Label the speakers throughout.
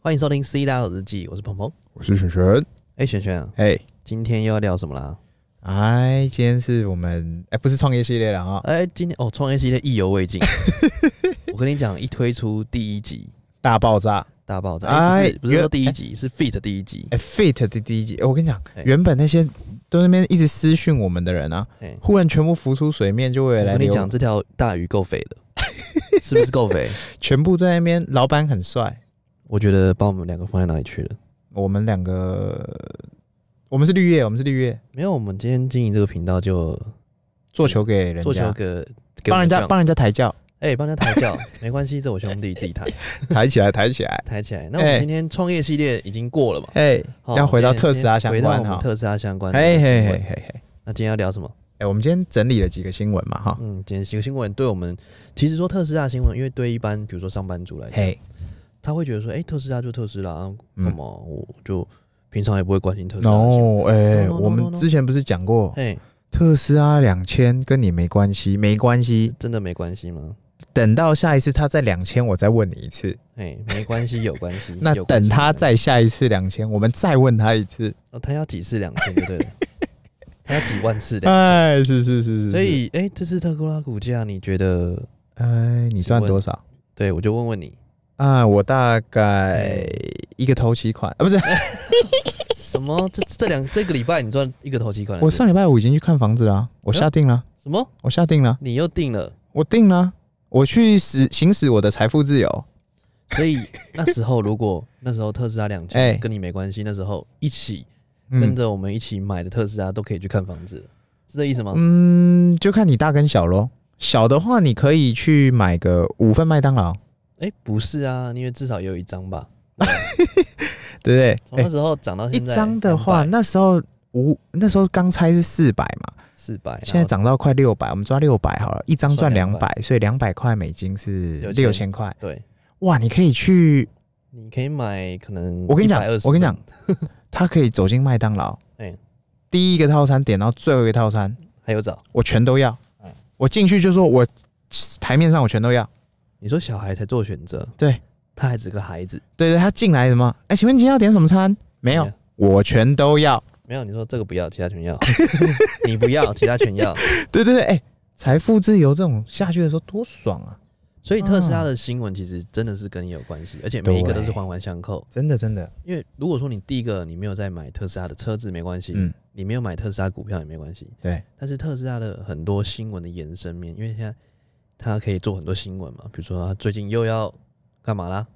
Speaker 1: 欢迎收听《C 大佬日记》，我是鹏鹏。
Speaker 2: 我是璇璇。
Speaker 1: 哎、璇璇啊，
Speaker 2: 嘿，
Speaker 1: 今天又要聊什么啦？
Speaker 2: 哎，今天是我们哎、不是创业系列了啊，
Speaker 1: 哎、今天哦，创业系列意犹未 尽。我跟你讲，一推出第一集
Speaker 2: 大爆炸。
Speaker 1: 大爆炸，哎、
Speaker 2: 哎
Speaker 1: 不是不是
Speaker 2: 原
Speaker 1: 说第一集，是 Fit 第一集。
Speaker 2: 哎、f i t 的第一集，哎我跟你讲
Speaker 1: 哎，
Speaker 2: 原本那些都在那边一直私讯我们的人啊，
Speaker 1: 哎、
Speaker 2: 忽然全部浮出水面，就会来
Speaker 1: 我跟你
Speaker 2: 留
Speaker 1: 讲，，这条大鱼够肥的， 是不是够肥？
Speaker 2: 全部在那边。老板很帅，
Speaker 1: 我觉得把我们两个放在哪里去了？
Speaker 2: 我们两个，我们是绿叶，我们是绿叶，
Speaker 1: 没有，我们今天经营这个频道就
Speaker 2: 做球给人
Speaker 1: 做球
Speaker 2: 家，
Speaker 1: 个给我
Speaker 2: 帮
Speaker 1: 们
Speaker 2: 人家
Speaker 1: 这样
Speaker 2: 帮人家抬 轿，
Speaker 1: 哎帮人家抬轿，没关系，这我兄弟自己 抬
Speaker 2: 抬起来，抬起来。
Speaker 1: 抬起来。那我们
Speaker 2: 哎
Speaker 1: 今天创业系列已经过了嘛？
Speaker 2: 嘿，
Speaker 1: 好
Speaker 2: 要回到
Speaker 1: 哦今天
Speaker 2: 特斯拉相
Speaker 1: 回到
Speaker 2: 关
Speaker 1: 我们
Speaker 2: 哈，
Speaker 1: 特斯拉相关的
Speaker 2: 嘿
Speaker 1: 新
Speaker 2: 嘿嘿
Speaker 1: 闻
Speaker 2: 嘿嘿。
Speaker 1: 那今天要聊什么？
Speaker 2: 哎、我们今天整理了几个新闻嘛哈，
Speaker 1: 嗯，今天几个新闻对我们，其实说特斯拉新闻，因为对一般比如说上班族来讲，
Speaker 2: 嘿，
Speaker 1: 他会觉得说，哎、特斯拉就特斯拉，啊
Speaker 2: 嗯
Speaker 1: 干嘛、我就平常也不会关心特斯拉的新闻。
Speaker 2: 哦，哎、
Speaker 1: No, no, no,
Speaker 2: 我
Speaker 1: no,
Speaker 2: 们
Speaker 1: no.
Speaker 2: 之前不是讲过
Speaker 1: 嘿、
Speaker 2: 特斯拉两千跟你没关系，没关
Speaker 1: 是
Speaker 2: 系，
Speaker 1: 真的没关系吗？
Speaker 2: 等到下一次它再两千，我再问你一次。。
Speaker 1: 哎、没关系，有关系
Speaker 2: 那
Speaker 1: 嗯有关
Speaker 2: 等
Speaker 1: 系
Speaker 2: 它
Speaker 1: 有关系、
Speaker 2: 再下一次两千，我们再问他一次。
Speaker 1: 哦，他要几次两千就 对了，他要几万次两千。
Speaker 2: 哎，是是是是，
Speaker 1: 所以，哎、这次特斯拉股价，你觉得？
Speaker 2: 哎，你赚多少
Speaker 1: 对，我就问问你，
Speaker 2: 啊？我大概
Speaker 1: 哎
Speaker 2: 一个头期款啊，不是，
Speaker 1: 嗯什么？这这两这个礼拜你赚一个头期款了？
Speaker 2: 我
Speaker 1: 是不是
Speaker 2: 上礼拜五已经去看房子了
Speaker 1: 嗯
Speaker 2: 啊，我下定了，
Speaker 1: 什么？
Speaker 2: 我下定了，
Speaker 1: 你又定了？
Speaker 2: 我定了，我去实行使我的财富自由。
Speaker 1: 所 以那时候如果那时候特斯拉两
Speaker 2: 哎
Speaker 1: 千跟你没关系，那时候一起跟
Speaker 2: 嗯
Speaker 1: 着我们一起买的特斯拉都可以去看房子，是这意思吗？
Speaker 2: 嗯，就看你大跟小咯。小的话，你可以去买个五份麦当劳，
Speaker 1: 哎，不是啊，因为至少也有一张吧。
Speaker 2: 对不对？
Speaker 1: 从那时候涨到
Speaker 2: 哎一
Speaker 1: 现在，
Speaker 2: 张的话，那时候五那时候刚拆是四百嘛，
Speaker 1: 四百，
Speaker 2: 现在涨到快六百，我们抓六百好了，一张赚
Speaker 1: 算
Speaker 2: 哎两
Speaker 1: 200
Speaker 2: 百，所以两百块美金是六千
Speaker 1: 6000
Speaker 2: 块。
Speaker 1: 对，
Speaker 2: 哇，你可以去，
Speaker 1: 你可以买可能
Speaker 2: 我跟你讲
Speaker 1: 120，
Speaker 2: 我跟你讲， 他可以走进麦当劳，
Speaker 1: 哎
Speaker 2: 第一个套餐点到最后一个套餐，
Speaker 1: 还有找
Speaker 2: 我全都要
Speaker 1: 嗯。
Speaker 2: 我进去就说我台面上我全都要。
Speaker 1: 你说小孩才做选择，
Speaker 2: 对，
Speaker 1: 他还只是个孩子，
Speaker 2: 对对，他进来什么？哎，请问今天要点什么餐？没有，我全都要。
Speaker 1: 没有，你说这个不要，其他全要， 你不要，其他全要。
Speaker 2: 对对对，哎、财富自由这种下去的时候多爽啊！
Speaker 1: 所以特斯拉的新闻其实真的是跟你有关系，而且每一个都是环环相扣。
Speaker 2: 真的真的，
Speaker 1: 因为如果说你第一个你没有在买特斯拉的车子没关系，
Speaker 2: 嗯
Speaker 1: 你没有买特斯拉股票也没关系，
Speaker 2: 对。
Speaker 1: 但是特斯拉的很多新闻的延伸面，因为现在它可以做很多新闻嘛，比如说它最近又要干嘛啦？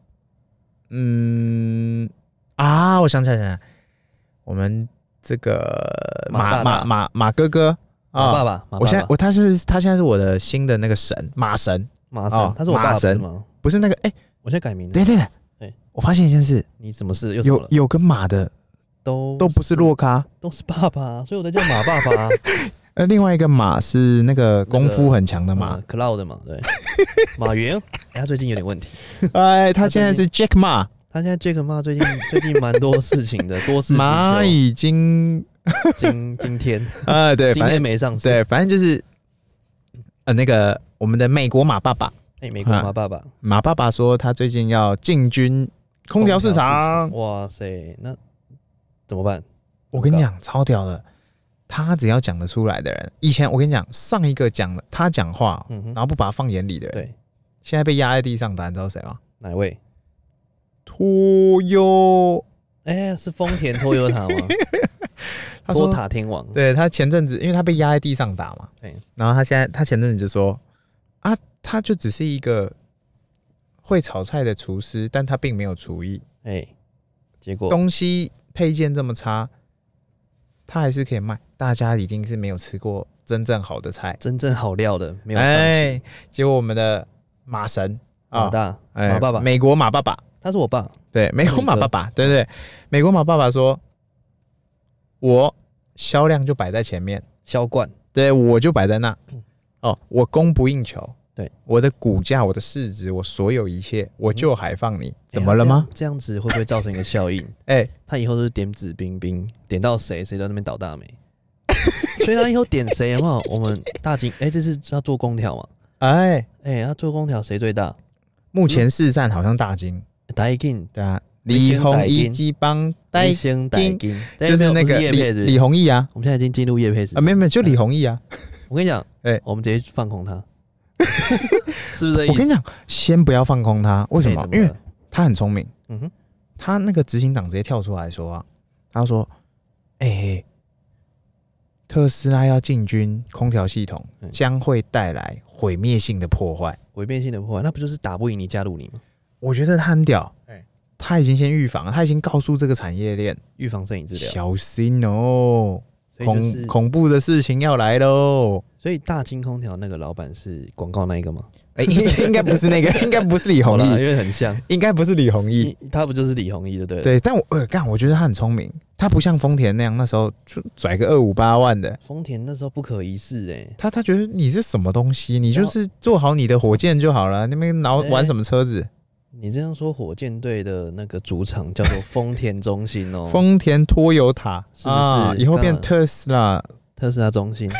Speaker 2: 嗯啊，我想起来，想起来，我们这个
Speaker 1: 马
Speaker 2: 马
Speaker 1: 爸爸
Speaker 2: 马马马哥哥
Speaker 1: 马
Speaker 2: 啊，
Speaker 1: 爸爸，马爸
Speaker 2: 我现在
Speaker 1: 爸，
Speaker 2: 我他是他现在是我的新的那个神马神，
Speaker 1: 马神
Speaker 2: 哦，
Speaker 1: 他是我爸爸
Speaker 2: 马
Speaker 1: 不
Speaker 2: 神
Speaker 1: 是吗？
Speaker 2: 不是那个哎、
Speaker 1: 我现在改名了
Speaker 2: 对，对
Speaker 1: 对
Speaker 2: 对，我发现一件事，
Speaker 1: 你什么事又怎么
Speaker 2: 有
Speaker 1: 了？
Speaker 2: 有跟马的
Speaker 1: 都
Speaker 2: 都不是洛咖，
Speaker 1: 都是爸爸，所以我在叫马爸 爸啊
Speaker 2: 呃，另外一个马是那个功夫很强的马
Speaker 1: 嗯，，Cloud 嘛，对， 马云，哎他最近有点问题。
Speaker 2: 哎、他现在是 Jack Ma，
Speaker 1: 他现在 Jack Ma 最近最近蛮多事情的，多 事之
Speaker 2: 马
Speaker 1: 秋。
Speaker 2: 已经
Speaker 1: 今今天
Speaker 2: 啊，对，
Speaker 1: 今
Speaker 2: 反正
Speaker 1: 天没上市。
Speaker 2: 对，反正就是呃，那个我们的美国马爸爸，
Speaker 1: 哎，美国马爸爸
Speaker 2: 马爸爸说他最近要进军空调市场。
Speaker 1: 哇塞，那怎么办？
Speaker 2: 我跟你讲，超屌的，他只要讲得出来的人，以前我跟你讲，上一个讲了他讲话，
Speaker 1: 嗯哼
Speaker 2: 然后不把他放眼里的人，
Speaker 1: 对，
Speaker 2: 现在被压在地上打，你知道谁吗？
Speaker 1: 哪位？
Speaker 2: 托优，
Speaker 1: 哎，是丰田 Toyota 吗？
Speaker 2: 他
Speaker 1: 多
Speaker 2: 说
Speaker 1: 塔天王。
Speaker 2: 对他前阵子，因为他被压在地上打嘛，
Speaker 1: 对，
Speaker 2: 然后他现在他前阵子就说啊，他就只是一个会炒菜的厨师，但他并没有厨艺。
Speaker 1: 哎，结果
Speaker 2: 东西配件这么差，它还是可以卖。大家一定是没有吃过真正好的菜，
Speaker 1: 真正好料的没有上市。
Speaker 2: 哎，结果我们的马神
Speaker 1: 老
Speaker 2: 啊，
Speaker 1: 大，
Speaker 2: 哎
Speaker 1: 马爸爸
Speaker 2: 美国马爸爸，
Speaker 1: 他是我爸。
Speaker 2: 对，美国马爸爸，对对，美国马爸爸说，我销量就摆在前面，
Speaker 1: 销冠，哎
Speaker 2: 对我就摆在那，哦，我供不应求，
Speaker 1: 对，
Speaker 2: 我的股价、我的市值、我所有一切，我就还放你，
Speaker 1: 哎
Speaker 2: 怎么了吗？？
Speaker 1: 他这样这样子会不会造成一个效应？
Speaker 2: 哎，
Speaker 1: 他以后都是点指兵兵，点到谁谁在那边倒大霉。 所以他以后点谁有没有？我们大金哎、这是要做空调嘛？
Speaker 2: 哎，
Speaker 1: 哎、他做空调谁最大？哎
Speaker 2: 目前市占好像大金，
Speaker 1: 打一 king
Speaker 2: 对啊，李弘一鸡帮呆，
Speaker 1: 带星带金，
Speaker 2: 就是那个李
Speaker 1: 叶
Speaker 2: 李
Speaker 1: 配。
Speaker 2: 弘毅啊
Speaker 1: 我们现在已经进入叶配时
Speaker 2: 啊，没有没有，就李弘毅啊。
Speaker 1: 我跟你讲，
Speaker 2: 哎
Speaker 1: 我们直接放空 他，是不是这意思？
Speaker 2: 我跟你讲，先不要放空他，为什
Speaker 1: 哎
Speaker 2: 么
Speaker 1: 怎？
Speaker 2: 因为
Speaker 1: 了
Speaker 2: 他很聪明，
Speaker 1: 嗯哼，
Speaker 2: 他那个执行长直接跳出来说啊，他说：“哎、特斯拉要进军空调系统，
Speaker 1: 嗯
Speaker 2: 将会带来毁灭性的破坏。
Speaker 1: 毁灭性的破坏，那不就是打不赢你加入你吗？”
Speaker 2: 我觉得他很屌，
Speaker 1: 哎
Speaker 2: 他已经先预防了，他已经告诉这个产业链
Speaker 1: 预防摄影治疗，
Speaker 2: 小心哦，
Speaker 1: 所以
Speaker 2: 恐、
Speaker 1: 就是，
Speaker 2: 恐怖的事情要来喽。
Speaker 1: 所以大金空调那个老板是广告那一个吗？
Speaker 2: 哎、应 应该不是那个，应该不是李
Speaker 1: 好
Speaker 2: 弘
Speaker 1: 啦，
Speaker 2: 毅，
Speaker 1: 因为很像，
Speaker 2: 应该不是李弘毅。
Speaker 1: 你他不就是李弘毅对不对？，
Speaker 2: 对，但我呃干、我觉得他很聪明，他不像丰田那样那时候就拽个二五八万的，
Speaker 1: 丰田那时候不可一世哎、
Speaker 2: 他他觉得你是什么东西，你就是做好你的火箭就好了，那边拿
Speaker 1: 哎
Speaker 2: 玩什么车子？
Speaker 1: 你这样说，火箭队的那个主场叫做丰田中心哦，
Speaker 2: 丰田托油塔
Speaker 1: 是不是
Speaker 2: 啊，以后变特斯拉，
Speaker 1: 特斯拉中 心，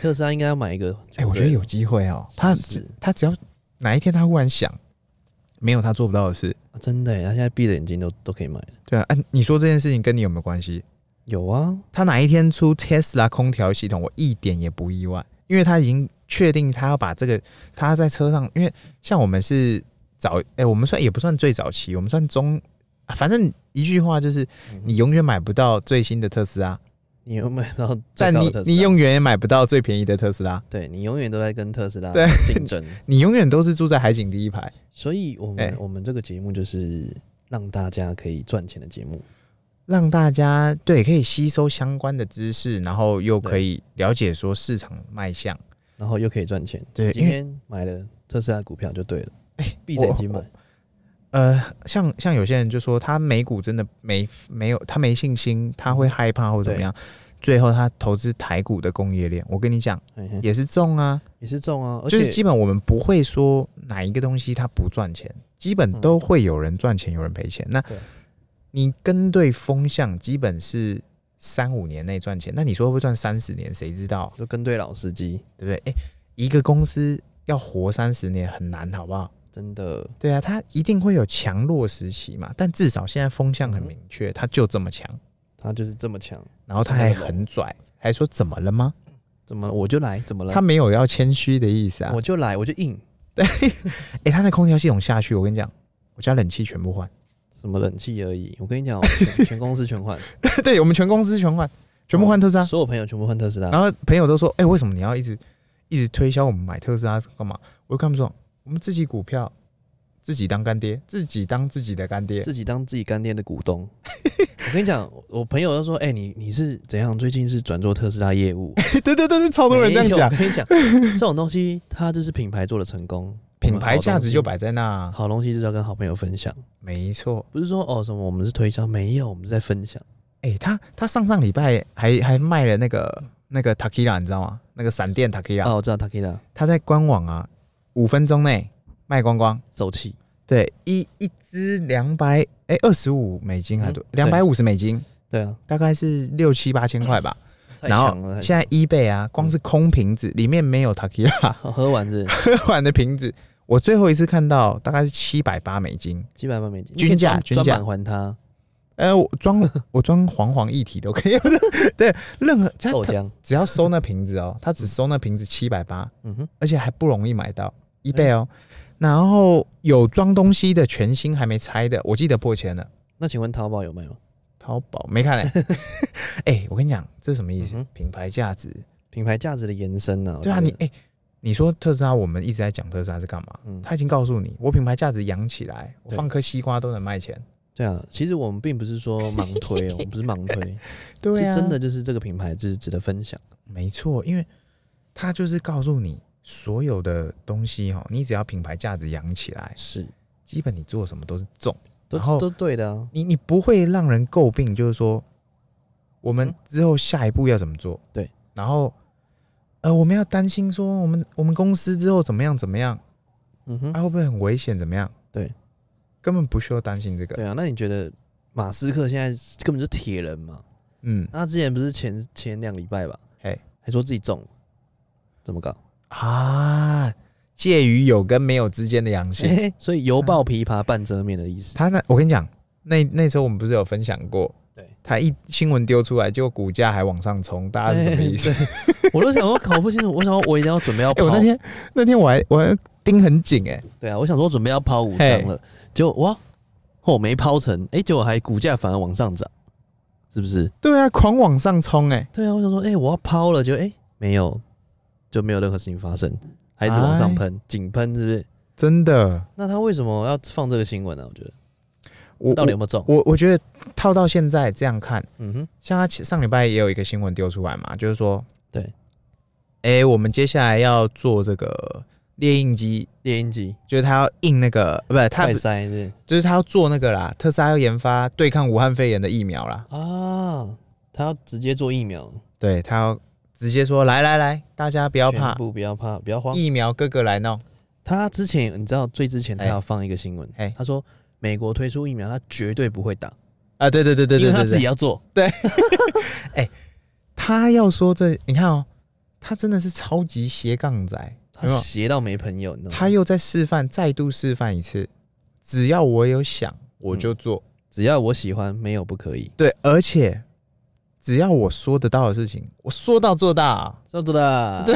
Speaker 1: 特斯拉应该要买一个。
Speaker 2: 哎、我觉得有机会哦、他
Speaker 1: 是
Speaker 2: 只他只要哪一天他忽然想，没有他做不到的事，
Speaker 1: 啊真的耶，他现在闭着眼睛都都可以买了。
Speaker 2: 对啊，哎、你说这件事情跟你有没有关系？
Speaker 1: 有啊，
Speaker 2: 他哪一天出 Tesla 空调系统，我一点也不意外，因为他已经确定他要把这个他在车上，因为像我们是早，哎、我们算也不算最早期，我们算中，啊反正一句话就是，你永远买不到最新的特斯拉，
Speaker 1: 你有买到最
Speaker 2: 但
Speaker 1: 高
Speaker 2: 你
Speaker 1: 的特斯拉？
Speaker 2: 你永远也买不到最便宜的特斯拉，
Speaker 1: 对你永远都在跟特斯拉
Speaker 2: 对
Speaker 1: 竞 争，
Speaker 2: 你永远都是住在海景第一排。
Speaker 1: 所以我们、
Speaker 2: 哎
Speaker 1: 我们这个节目就是让大家可以赚钱的节目。
Speaker 2: 让大家对可以吸收相关的知识，然后又可以了解说市场卖相。
Speaker 1: 然后又可以赚钱。
Speaker 2: 对
Speaker 1: 今
Speaker 2: 因为
Speaker 1: 天买了特斯拉股票就对了，
Speaker 2: 哎
Speaker 1: 闭着眼睛买，
Speaker 2: 呃，像像有些人就说他美股真的没没有，他没信心，他会害怕或怎么样，最后他投资台股的工业链，我跟你讲
Speaker 1: 嘿嘿
Speaker 2: 也是中啊，
Speaker 1: 也是中嗯啊，而
Speaker 2: 就是
Speaker 1: 且
Speaker 2: 基本我们不会说哪一个东西它不赚钱，基本都会有人赚钱，有人赔钱。那
Speaker 1: 嗯对
Speaker 2: 你跟对风向，基本是三五年内赚钱，那你说会不会赚三十年？谁知道，
Speaker 1: 就跟对老司机，
Speaker 2: 对不对？哎、一个公司要活三十年很难，好不好？
Speaker 1: 真的
Speaker 2: 对啊，它一定会有强弱时期嘛，但至少现在风向
Speaker 1: 嗯
Speaker 2: 很明确，它就这么强，
Speaker 1: 他就是这么强，
Speaker 2: 然后它还很拽，还说怎么了吗？
Speaker 1: 怎么我就来，怎么了
Speaker 2: 它？没有要谦虚的意思啊
Speaker 1: 嗯我。就来，我就硬，
Speaker 2: 哎、它的空调系统下去，我跟你讲，我家冷气全部换，
Speaker 1: 什么冷气而已。我跟你讲，哦全 全公司全换，
Speaker 2: 对我们全公司全换，全部换特斯拉。
Speaker 1: 所有朋友全部换特斯拉
Speaker 2: 然。后朋友都说，哎、为什么你要一直一直推销我们买特斯拉干嘛？我就跟他们说，我们自己股票，自己当干爹，自己当自己的干爹。
Speaker 1: 自己当自己干爹的股东， 我跟你讲，我朋友都说，哎、你你是怎样？最近是转做特斯拉业 务，
Speaker 2: 对对对对，超多人这样
Speaker 1: 没有
Speaker 2: 讲
Speaker 1: 我。跟你讲，这种东西它就是品牌做的成功，
Speaker 2: 品牌价值就
Speaker 1: 摆。
Speaker 2: 摆在那啊，
Speaker 1: 好东西就是要跟好朋友分享，
Speaker 2: 没错。
Speaker 1: 不是说哦什么我们是推销，没有，我们是在分享。
Speaker 2: 哎、他他上上礼拜还还卖了那个那个 Takira，你知道吗？那个闪电 Takira，、
Speaker 1: 哦，我知道 Takira
Speaker 2: 他在官网啊，五分钟内卖光光。
Speaker 1: 手气，
Speaker 2: 对，一一支两百哎二十五美金还多
Speaker 1: 嗯，对
Speaker 2: 两百五十美金，
Speaker 1: 对啊，
Speaker 2: 大概是六七八千块吧。
Speaker 1: 太
Speaker 2: 然
Speaker 1: 强了
Speaker 2: 后，现在 eBay 啊，光是空瓶子里面没 有 Takira
Speaker 1: 好喝完是
Speaker 2: 喝完的瓶子，我最后一次看到大概是七百八美金。
Speaker 1: 几百万美金，
Speaker 2: 均
Speaker 1: 你
Speaker 2: 价
Speaker 1: 可以专
Speaker 2: 均价
Speaker 1: 专版还他
Speaker 2: 呃，我装我装黄黄一体都可以， 对，任何它
Speaker 1: 豆
Speaker 2: 它
Speaker 1: 浆，
Speaker 2: 只要收那瓶子哦，他只收那瓶子七百八，
Speaker 1: 嗯哼，
Speaker 2: 而且还不容易买到一倍哦。然后有装东西的全新还没拆的，我记得破千了。
Speaker 1: 那请问淘宝有卖吗？
Speaker 2: 淘宝没看嘞、哎、我跟你讲，这是什么意思？
Speaker 1: 嗯哼哦
Speaker 2: 品牌价值。
Speaker 1: 品牌价值的延伸呢、我
Speaker 2: 对啊，
Speaker 1: 觉
Speaker 2: 你
Speaker 1: 得
Speaker 2: 哎、你说特斯拉，我们一直在讲特斯拉是干嘛？
Speaker 1: 嗯
Speaker 2: 他已经告诉你，我品牌价值养起来，我
Speaker 1: 对
Speaker 2: 放颗西瓜都能卖钱。
Speaker 1: 对啊，其实我们并不是说盲推，哦我们不是盲推，
Speaker 2: 对啊，
Speaker 1: 是真的就是这个品牌就是值得分享。
Speaker 2: 没错，因为他就是告诉你所有的东西哦，你只要品牌价值养起来，
Speaker 1: 是，
Speaker 2: 基本你做什么都是中。
Speaker 1: 都
Speaker 2: 然后
Speaker 1: 都对的啊，
Speaker 2: 你你不会让人诟病，就是说我们
Speaker 1: 嗯
Speaker 2: 之后下一步要怎么做？
Speaker 1: 对，
Speaker 2: 然后呃，我们要担心说我们我们公司之后怎么样怎么样，
Speaker 1: 嗯哼，
Speaker 2: 啊会不会很危险？怎么样？
Speaker 1: 对，
Speaker 2: 根本不需要担心这个。
Speaker 1: 对啊，那你觉得马斯克现在根本就是铁人嘛？
Speaker 2: 嗯
Speaker 1: 那他之前不是前前两礼拜吧？
Speaker 2: 嘿
Speaker 1: 还说自己中了，怎么 搞？
Speaker 2: 啊，介于有跟没有之间的阳性，
Speaker 1: 哎所以犹抱琵琶半遮面的意思。
Speaker 2: 他那我跟你讲，那那时候我们不是有分享过，
Speaker 1: 对，
Speaker 2: 它一新闻丢出来，结果股价还往上冲，大家是什么意思？哎、
Speaker 1: 我都想说搞不清楚，我想说我一定要准备 要抛。
Speaker 2: 我那天那天我还我还盯很紧哎、
Speaker 1: 对啊，我想说准备要抛五张了，结果哇，我没抛成，哎、结果还股价反而往上涨，是不是？
Speaker 2: 对啊，狂往上冲哎、
Speaker 1: 对啊，我想说，哎、我要抛了，就哎、没有，就没有任何事情发生，还一直往上
Speaker 2: 哎
Speaker 1: 喷，井喷是不是？
Speaker 2: 真的，
Speaker 1: 那他为什么要放这个新闻呢、啊我觉得
Speaker 2: 我
Speaker 1: 到底有没有中？
Speaker 2: 我我我觉得套到现在这样看，
Speaker 1: 嗯哼，
Speaker 2: 像他其上礼拜也有一个新闻丢出来嘛，就是说，
Speaker 1: 对，
Speaker 2: 哎、我们接下来要做这个猎印机，
Speaker 1: 猎鹰机
Speaker 2: 就是他要印那个，呃不，他
Speaker 1: 快
Speaker 2: 不
Speaker 1: 塞是不是
Speaker 2: 就是他要做那个啦，特斯拉要研发对抗武汉肺炎的疫苗啦，
Speaker 1: 啊，他要直接做疫苗了，
Speaker 2: 对他要直接说，来来来，大家不
Speaker 1: 不
Speaker 2: 要怕，
Speaker 1: 不不要怕，不要慌。
Speaker 2: 疫苗哥哥来弄，
Speaker 1: 他之前你知道最之前他
Speaker 2: 哎
Speaker 1: 要放一个新闻，
Speaker 2: 哎
Speaker 1: 他说美国推出疫苗，他绝对不会打，
Speaker 2: 啊，对对对对
Speaker 1: 因
Speaker 2: 对
Speaker 1: 为他
Speaker 2: 对
Speaker 1: 自己
Speaker 2: 对，
Speaker 1: 要做。
Speaker 2: 他要说这，你看哦，他真的是超级斜杠仔，
Speaker 1: 他
Speaker 2: 有没有？
Speaker 1: 斜到没朋友，你知道吗？
Speaker 2: 他又在示范，再度示范一次，只要我有想，我
Speaker 1: 嗯
Speaker 2: 就做。
Speaker 1: 只要我喜欢，没有不 可以。
Speaker 2: 对，而且只要我说得到的事情，我说到做到啊。
Speaker 1: 做不做的？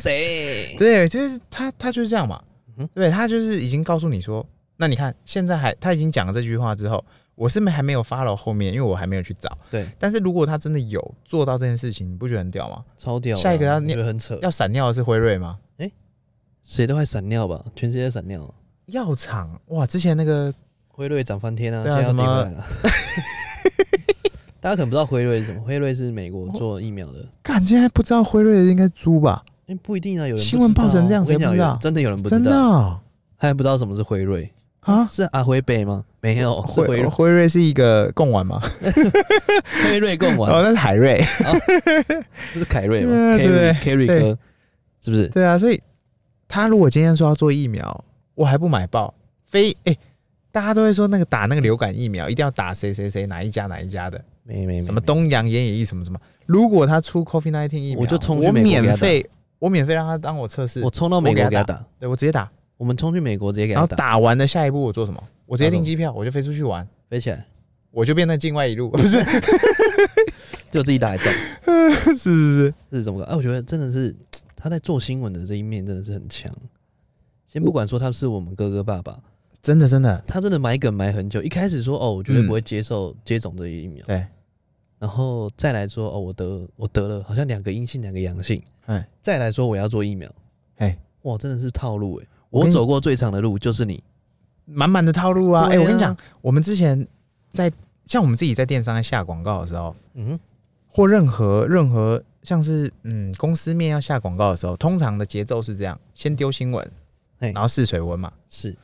Speaker 1: 谁？
Speaker 2: 对，就是他，他就是这样嘛。
Speaker 1: 嗯哼
Speaker 2: 对他就是已经告诉你说，那你看现在还他已经讲了这句话之后，我是没还没有 follow 后面，因为我还没有去找。
Speaker 1: 对，
Speaker 2: 但是如果他真的有做到这件事情，你不觉得很屌吗？
Speaker 1: 超屌的啊！
Speaker 2: 下一个要
Speaker 1: 我觉得很扯，
Speaker 2: 要闪尿的是辉瑞吗？
Speaker 1: 谁都快闪尿吧，全世界闪尿了。
Speaker 2: 药厂哇，之前那个
Speaker 1: 辉瑞涨翻天啊，
Speaker 2: 对
Speaker 1: 现在
Speaker 2: 啊
Speaker 1: 要
Speaker 2: 什
Speaker 1: 跌
Speaker 2: 么
Speaker 1: 回来了。大家可能不知道辉瑞是什么，辉瑞是美国做疫苗的。
Speaker 2: 干，现在不知道辉瑞的应该是猪吧？
Speaker 1: 哎、不一定啊，有人不知道
Speaker 2: 新闻报成这样
Speaker 1: 我跟你讲
Speaker 2: 谁不知道
Speaker 1: 有人真的有人不知
Speaker 2: 真的
Speaker 1: 道，
Speaker 2: 哦、
Speaker 1: 他还不知道什么是辉瑞，
Speaker 2: 啊？
Speaker 1: 是阿辉贝吗？没 有，是辉
Speaker 2: 辉
Speaker 1: 瑞
Speaker 2: 哦辉瑞是一个贡 丸吗？
Speaker 1: 辉瑞共玩，
Speaker 2: 哦，那是海瑞。
Speaker 1: 这是凯瑞吗
Speaker 2: 对啊对
Speaker 1: ？Kerry Kerry
Speaker 2: 对
Speaker 1: 哥，是不是？
Speaker 2: 对啊，所以他如果今天说要做疫苗，我还不买爆，非哎、大家都会说那个打那个流感疫苗一定要打谁谁谁哪一家哪一家的，
Speaker 1: 没没没，
Speaker 2: 什么东洋眼野疫什么什么。如果他出 COVID nineteen 疫苗，
Speaker 1: 我就冲去
Speaker 2: 我
Speaker 1: 美国给他打
Speaker 2: 免费，我免费让他当我测试
Speaker 1: 没我，冲到美国给他打，
Speaker 2: 对我直接打，
Speaker 1: 我们冲去美国直接给他
Speaker 2: 然后
Speaker 1: 打，
Speaker 2: 打完的下一步我做什么？我直接
Speaker 1: 打什么
Speaker 2: 订机票，我就飞出去玩，
Speaker 1: 飞起来
Speaker 2: 我就变成境外一 路，不是
Speaker 1: 就自己打一仗。
Speaker 2: 是是是，
Speaker 1: 是怎么搞？哎、我觉得真的是他在做新闻的这一面真的是很强。先不管说他是我们哥哥爸爸，
Speaker 2: 真的真的，
Speaker 1: 他真的埋梗埋很久。一开始说哦，我绝对
Speaker 2: 嗯
Speaker 1: 不会接受接种这个疫苗，
Speaker 2: 对，
Speaker 1: 然后再来说哦，我得我得了，好像两个阴性，两个阳性。
Speaker 2: 哎
Speaker 1: 再来说我要做疫苗，
Speaker 2: 哎，
Speaker 1: 哇，真的是套路哎、
Speaker 2: 我
Speaker 1: 我
Speaker 2: 跟你
Speaker 1: 走过最长的路就是你，
Speaker 2: 满满的套路啊！
Speaker 1: 对
Speaker 2: 哎、
Speaker 1: 啊
Speaker 2: 我跟你讲，我们之前在像我们自己在电商在下广告的时候，
Speaker 1: 嗯
Speaker 2: 或任何任何像是嗯公司面要下广告的时候，通常的节奏是这样：先丢新闻，
Speaker 1: 嘿
Speaker 2: 然后试水温嘛，
Speaker 1: 哼，是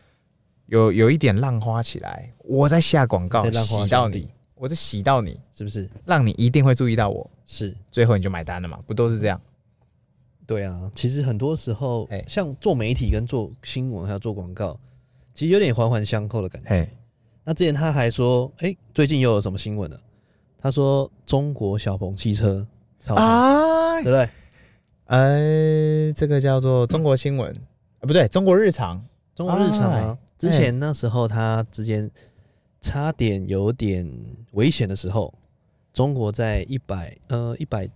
Speaker 2: 有有一点浪花起来，我在下广告
Speaker 1: 在浪花
Speaker 2: 洗到
Speaker 1: 兄弟
Speaker 2: 你，我在洗到你，
Speaker 1: 是不是？
Speaker 2: 让你一定会注意到我，
Speaker 1: 是，
Speaker 2: 最后你就买单了嘛？不都是这样？
Speaker 1: 对啊。其实很多时候，
Speaker 2: 哎
Speaker 1: 像做媒体跟做新闻还有做广告，其实有点环环相扣的感觉。
Speaker 2: 嘿，
Speaker 1: 那之前他还说，哎、最近又有什么新闻了？他说中国小鹏汽车超
Speaker 2: 啊
Speaker 1: 对，不对？
Speaker 2: 呃，这个叫做中国新闻，啊不对，中国日常，
Speaker 1: 中国日常啊，之
Speaker 2: 哎
Speaker 1: 前那时候他之前差点有点危险的时候，中国在一百呃一百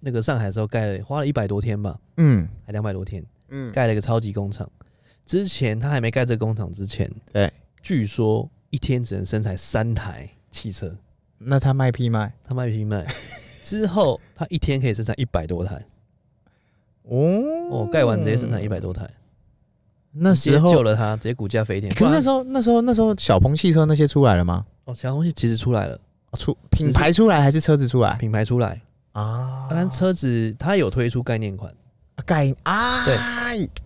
Speaker 1: 那个上海的时候盖了，花了一百多天吧，
Speaker 2: 嗯
Speaker 1: 还两百多天
Speaker 2: 嗯，
Speaker 1: 盖了一个超级工厂。之前他还没盖这个工厂之前，
Speaker 2: 对，
Speaker 1: 据说一天只能生产三台汽车，
Speaker 2: 那他卖屁卖？
Speaker 1: 他卖批 卖。之后他一天可以生产一百多台。
Speaker 2: 哦，
Speaker 1: 哦，盖完直接生产一百多台，
Speaker 2: 嗯那
Speaker 1: 直
Speaker 2: 时
Speaker 1: 接救
Speaker 2: 候，
Speaker 1: 了它，直接股价飞天。
Speaker 2: 可是那时
Speaker 1: 候
Speaker 2: 候那时候那时候小鹏汽车那些出来了吗？
Speaker 1: 哦，小东西其实出来了，
Speaker 2: 哦出
Speaker 1: 是
Speaker 2: 品牌出来还是车子出来
Speaker 1: 品牌出来，
Speaker 2: 啊
Speaker 1: 但车子它有推出概念款，
Speaker 2: 盖啊，对，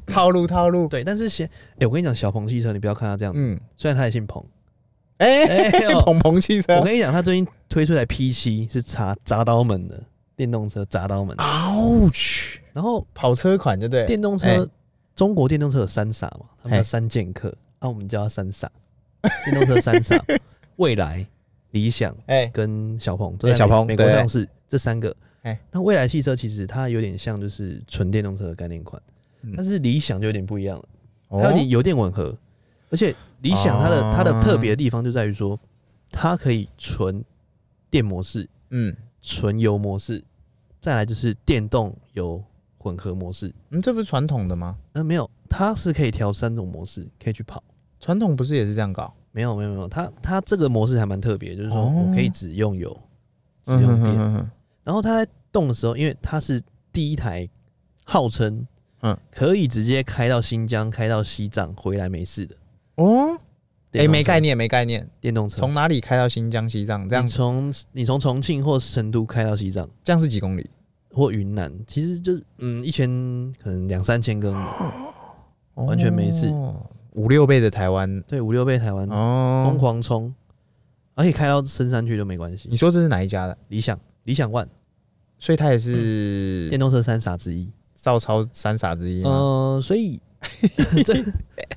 Speaker 2: 套路套路，
Speaker 1: 对，但是先，哎、我跟你讲，小鹏汽车，你不要看它这样子，
Speaker 2: 嗯，
Speaker 1: 虽然它也姓彭，
Speaker 2: 哎、啊
Speaker 1: 哎、呦
Speaker 2: 鹏鹏汽车
Speaker 1: 我，跟你讲，它最近推出台 P 七是砸砸刀门的电动车，砸刀
Speaker 2: 啊
Speaker 1: 门。
Speaker 2: ouch，去
Speaker 1: 然后
Speaker 2: 跑车款就对，
Speaker 1: 电动车，
Speaker 2: 哎
Speaker 1: 中国电动车有三傻嘛，他们叫
Speaker 2: 哎
Speaker 1: 三剑客，那、啊、我们叫它三 傻，电动车三傻，未来、理想。
Speaker 2: 哎、
Speaker 1: 跟小鹏，这
Speaker 2: 对
Speaker 1: 在
Speaker 2: 小
Speaker 1: 美
Speaker 2: 鹏
Speaker 1: 美国
Speaker 2: 对
Speaker 1: 上市这三个。
Speaker 2: 哎
Speaker 1: 那未来汽车其实它有点像就是纯电动车的概念款，
Speaker 2: 嗯
Speaker 1: 但是理想就有点不一样了，
Speaker 2: 哦
Speaker 1: 它有点油电混合，而且理想它的
Speaker 2: 哦
Speaker 1: 它的特别的地方就在于说，它可以纯电模式、
Speaker 2: 嗯
Speaker 1: 纯油模式，再来就是电动油混合模式。
Speaker 2: 嗯，这不是传统的吗？
Speaker 1: 呃，没有，它是可以调三种模式可以去跑。
Speaker 2: 传统不是也是这样搞？
Speaker 1: 没有，没有，没有，它它这个模式还蛮特别，就是说
Speaker 2: 哦
Speaker 1: 我可以只用油，只用电。
Speaker 2: 嗯哼
Speaker 1: 然后它在动的时候，因为它是第一台号称
Speaker 2: 嗯
Speaker 1: 可以直接开到新疆、开到西藏回来没事的。
Speaker 2: 哦，哎、
Speaker 1: 电动
Speaker 2: 没
Speaker 1: 车
Speaker 2: 概，念，没概念，
Speaker 1: 电动车
Speaker 2: 从哪里开到新疆、西藏？这样
Speaker 1: 你从你从重庆或成都开到西藏
Speaker 2: 这样是几公里？
Speaker 1: 或云南，其实就是嗯一千可能两三千公里，完全没事
Speaker 2: 哦，五六倍的台湾
Speaker 1: 对五六倍台湾
Speaker 2: 哦，
Speaker 1: 疯狂冲，而且开到深山去都没关系
Speaker 2: 你。说这是哪一家的？
Speaker 1: 理想理想 ONE
Speaker 2: 所以它也是
Speaker 1: 电动车三傻之一，
Speaker 2: 照抄三傻之一吗？哦
Speaker 1: 嗯、所以 这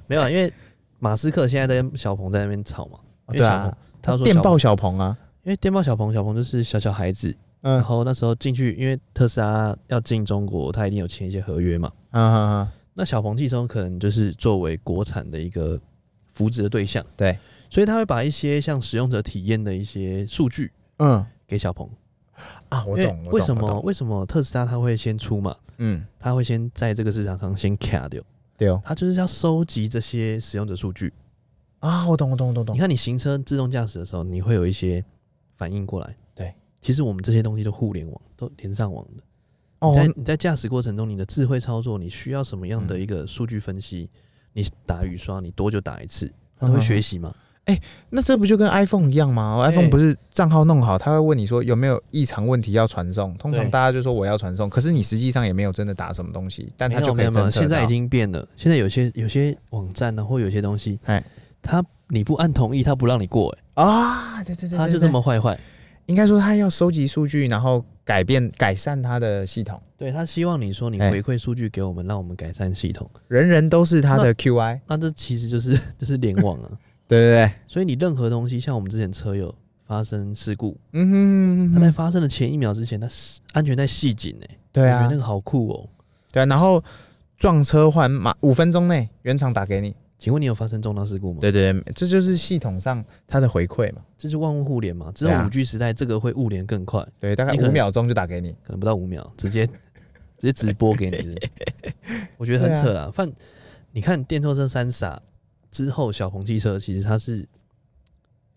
Speaker 1: 没有啊，因为马斯克现在在跟小鹏在那边吵嘛，
Speaker 2: 哦
Speaker 1: 因为
Speaker 2: 对
Speaker 1: 小
Speaker 2: 啊
Speaker 1: 鹏，他说
Speaker 2: 电
Speaker 1: 小
Speaker 2: 报
Speaker 1: 鹏
Speaker 2: 小鹏啊，
Speaker 1: 因为电报小鹏，小鹏就是小小孩子，
Speaker 2: 嗯
Speaker 1: 然后那时候进去，因为特斯拉要进中国，他一定有签一些合约嘛。
Speaker 2: 嗯嗯嗯，
Speaker 1: 那小鹏汽车可能就是作为国产的一个扶植的对象，
Speaker 2: 对，
Speaker 1: 所以他会把一些像使用者体验的一些数据
Speaker 2: 嗯
Speaker 1: 给小鹏。
Speaker 2: 啊，我
Speaker 1: 因为
Speaker 2: 懂，我
Speaker 1: 为
Speaker 2: 懂
Speaker 1: 什？
Speaker 2: 我
Speaker 1: 么
Speaker 2: 懂
Speaker 1: 为什么特斯拉它会先出嘛？
Speaker 2: 嗯，
Speaker 1: 它会先在这个市场上先卡掉，
Speaker 2: 对哦，
Speaker 1: 它就是要收集这些使用者数据。
Speaker 2: 啊，我懂，我懂，我懂，
Speaker 1: 你
Speaker 2: 懂，
Speaker 1: 看你行车自动驾驶的时候，你会有一些反应过来。
Speaker 2: 对，
Speaker 1: 其实我们这些东西都互联网，都连上网的。
Speaker 2: 哦
Speaker 1: 你，在你在驾驶过程中，你的智慧操作，你需要什么样的一个数据分析？你打雨刷，你多久打一次？它都会
Speaker 2: 嗯
Speaker 1: 学习嘛？
Speaker 2: 那这不就跟 iPhone 一样吗我？iPhone
Speaker 1: 对
Speaker 2: 不是账号弄好，他会问你说有没有异常问题要传送，通常
Speaker 1: 对
Speaker 2: 大家就说我要传送，可是你实际上也没有真的打什么东西，但
Speaker 1: 没
Speaker 2: 他
Speaker 1: 有
Speaker 2: 就可
Speaker 1: 没
Speaker 2: 以
Speaker 1: 有没有，
Speaker 2: 侦测
Speaker 1: 现在
Speaker 2: 到
Speaker 1: 已，经变了。现在有些有些网站呢、或有些东西
Speaker 2: 哎，
Speaker 1: 它你不按同意，它不让你过、欸，
Speaker 2: 啊，对对对，
Speaker 1: 它
Speaker 2: 对
Speaker 1: 就这，么坏坏。
Speaker 2: 对应该说他要收集数据，然后改变改善他的系统，
Speaker 1: 对，它希望你说你
Speaker 2: 哎
Speaker 1: 回馈数据给我们，让我们改善系统。
Speaker 2: 人人都是他的 QI，
Speaker 1: 那这其实就是 就是联网啊。
Speaker 2: 对对对，
Speaker 1: 所以你任何东西，像我们之前车友发生事故，
Speaker 2: 嗯哼嗯
Speaker 1: 它
Speaker 2: 哼，
Speaker 1: 在
Speaker 2: 嗯哼
Speaker 1: 发生的前一秒之前，它是安全带系紧哎、欸，
Speaker 2: 对
Speaker 1: 我觉
Speaker 2: 啊
Speaker 1: 得那，个好酷哦、
Speaker 2: 对啊，然后撞车换马五分钟内原厂打给你，
Speaker 1: 请问你有发生重大事故吗？，
Speaker 2: 对对对，这就是系统上它的回馈嘛，
Speaker 1: 这是万物互联嘛？只有
Speaker 2: 对啊
Speaker 1: 五 G 时代，这个会物联更快，
Speaker 2: 对，大概
Speaker 1: 你可
Speaker 2: 五
Speaker 1: 能
Speaker 2: 秒钟就打给你，
Speaker 1: 可能不到五秒，直 接直接直播给你的。我觉得很扯
Speaker 2: 啊
Speaker 1: 啦。反你看电动车三傻之后，小鹏汽车其实它是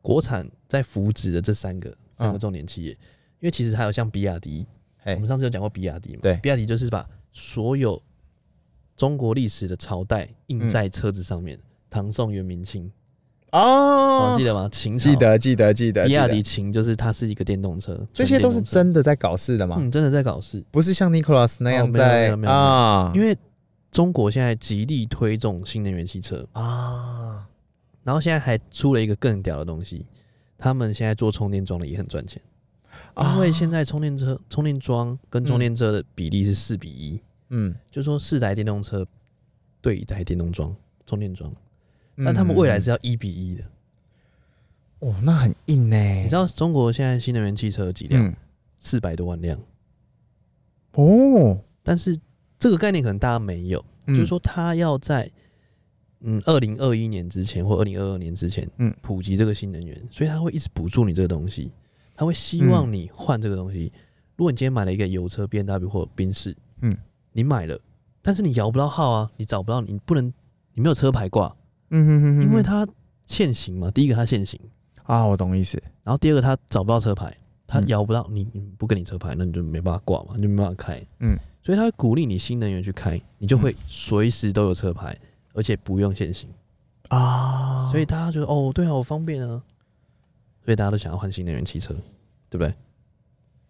Speaker 1: 国产在扶植的这三个三个
Speaker 2: 嗯
Speaker 1: 重点企业，因为其实还有像比亚迪，
Speaker 2: 哎
Speaker 1: 我们上次有讲过比亚迪嘛？
Speaker 2: 对
Speaker 1: 比亚迪就是把所有中国历史的朝代印在
Speaker 2: 嗯
Speaker 1: 车子上面，唐宋元明清，
Speaker 2: 哦
Speaker 1: 哦，记得吗？秦朝
Speaker 2: 记得记得记得，
Speaker 1: 比亚
Speaker 2: 记得
Speaker 1: 迪秦就是它是一个电动车，
Speaker 2: 这些都是
Speaker 1: 纯电动车，
Speaker 2: 真的在搞事的嘛，
Speaker 1: 嗯，真的在搞事。
Speaker 2: 不是像 Nicholas 那
Speaker 1: 哦
Speaker 2: 样
Speaker 1: 没有没
Speaker 2: 在
Speaker 1: 有没有
Speaker 2: 啊，
Speaker 1: 因
Speaker 2: 为
Speaker 1: 为中国现在极力推重新能源汽车，
Speaker 2: 啊，
Speaker 1: 然后现在还出了一个更屌的东西，他们现在做充电桩的也很赚钱，
Speaker 2: 啊
Speaker 1: 因为现在充电车、充电桩跟充电车的比例是四比一、
Speaker 2: 嗯，
Speaker 1: 就说四台电动车对一台电动桩充电桩，但他们未来是要一比一的。
Speaker 2: 嗯哦，那很硬呢，
Speaker 1: 你知道中国现在新能源汽车有几辆？
Speaker 2: 嗯
Speaker 1: 四百、多万辆，
Speaker 2: 哦，
Speaker 1: 但是这个概念可能大家没有。
Speaker 2: 嗯
Speaker 1: 就是说他要在嗯二零二一年之前或二零二二年之前，
Speaker 2: 嗯
Speaker 1: 嗯，普及这个新能源，所以他会一直补助你这个东西，他会希
Speaker 2: 嗯
Speaker 1: 望你换这个东西。如果你今天买了一个油车 B N W 或宾士，
Speaker 2: 嗯
Speaker 1: 嗯，你买了，但是你摇不到号啊，你找不到，你不能，你没有车牌挂，
Speaker 2: 嗯哼哼哼，
Speaker 1: 因为它限行嘛。第一个它限行，
Speaker 2: 啊，我懂意思，
Speaker 1: 然后第二个他找不到车牌，他
Speaker 2: 嗯
Speaker 1: 摇不到你，你不跟你车牌，那你就没办法挂嘛，你就没办法开。
Speaker 2: 嗯，
Speaker 1: 所以他会鼓励你新能源去开，你就会随时都有车牌，而且不用限行。
Speaker 2: 啊
Speaker 1: 所以大家觉得哦，对啊，我方便啊，所以大家都想要换新能源汽车，对不对？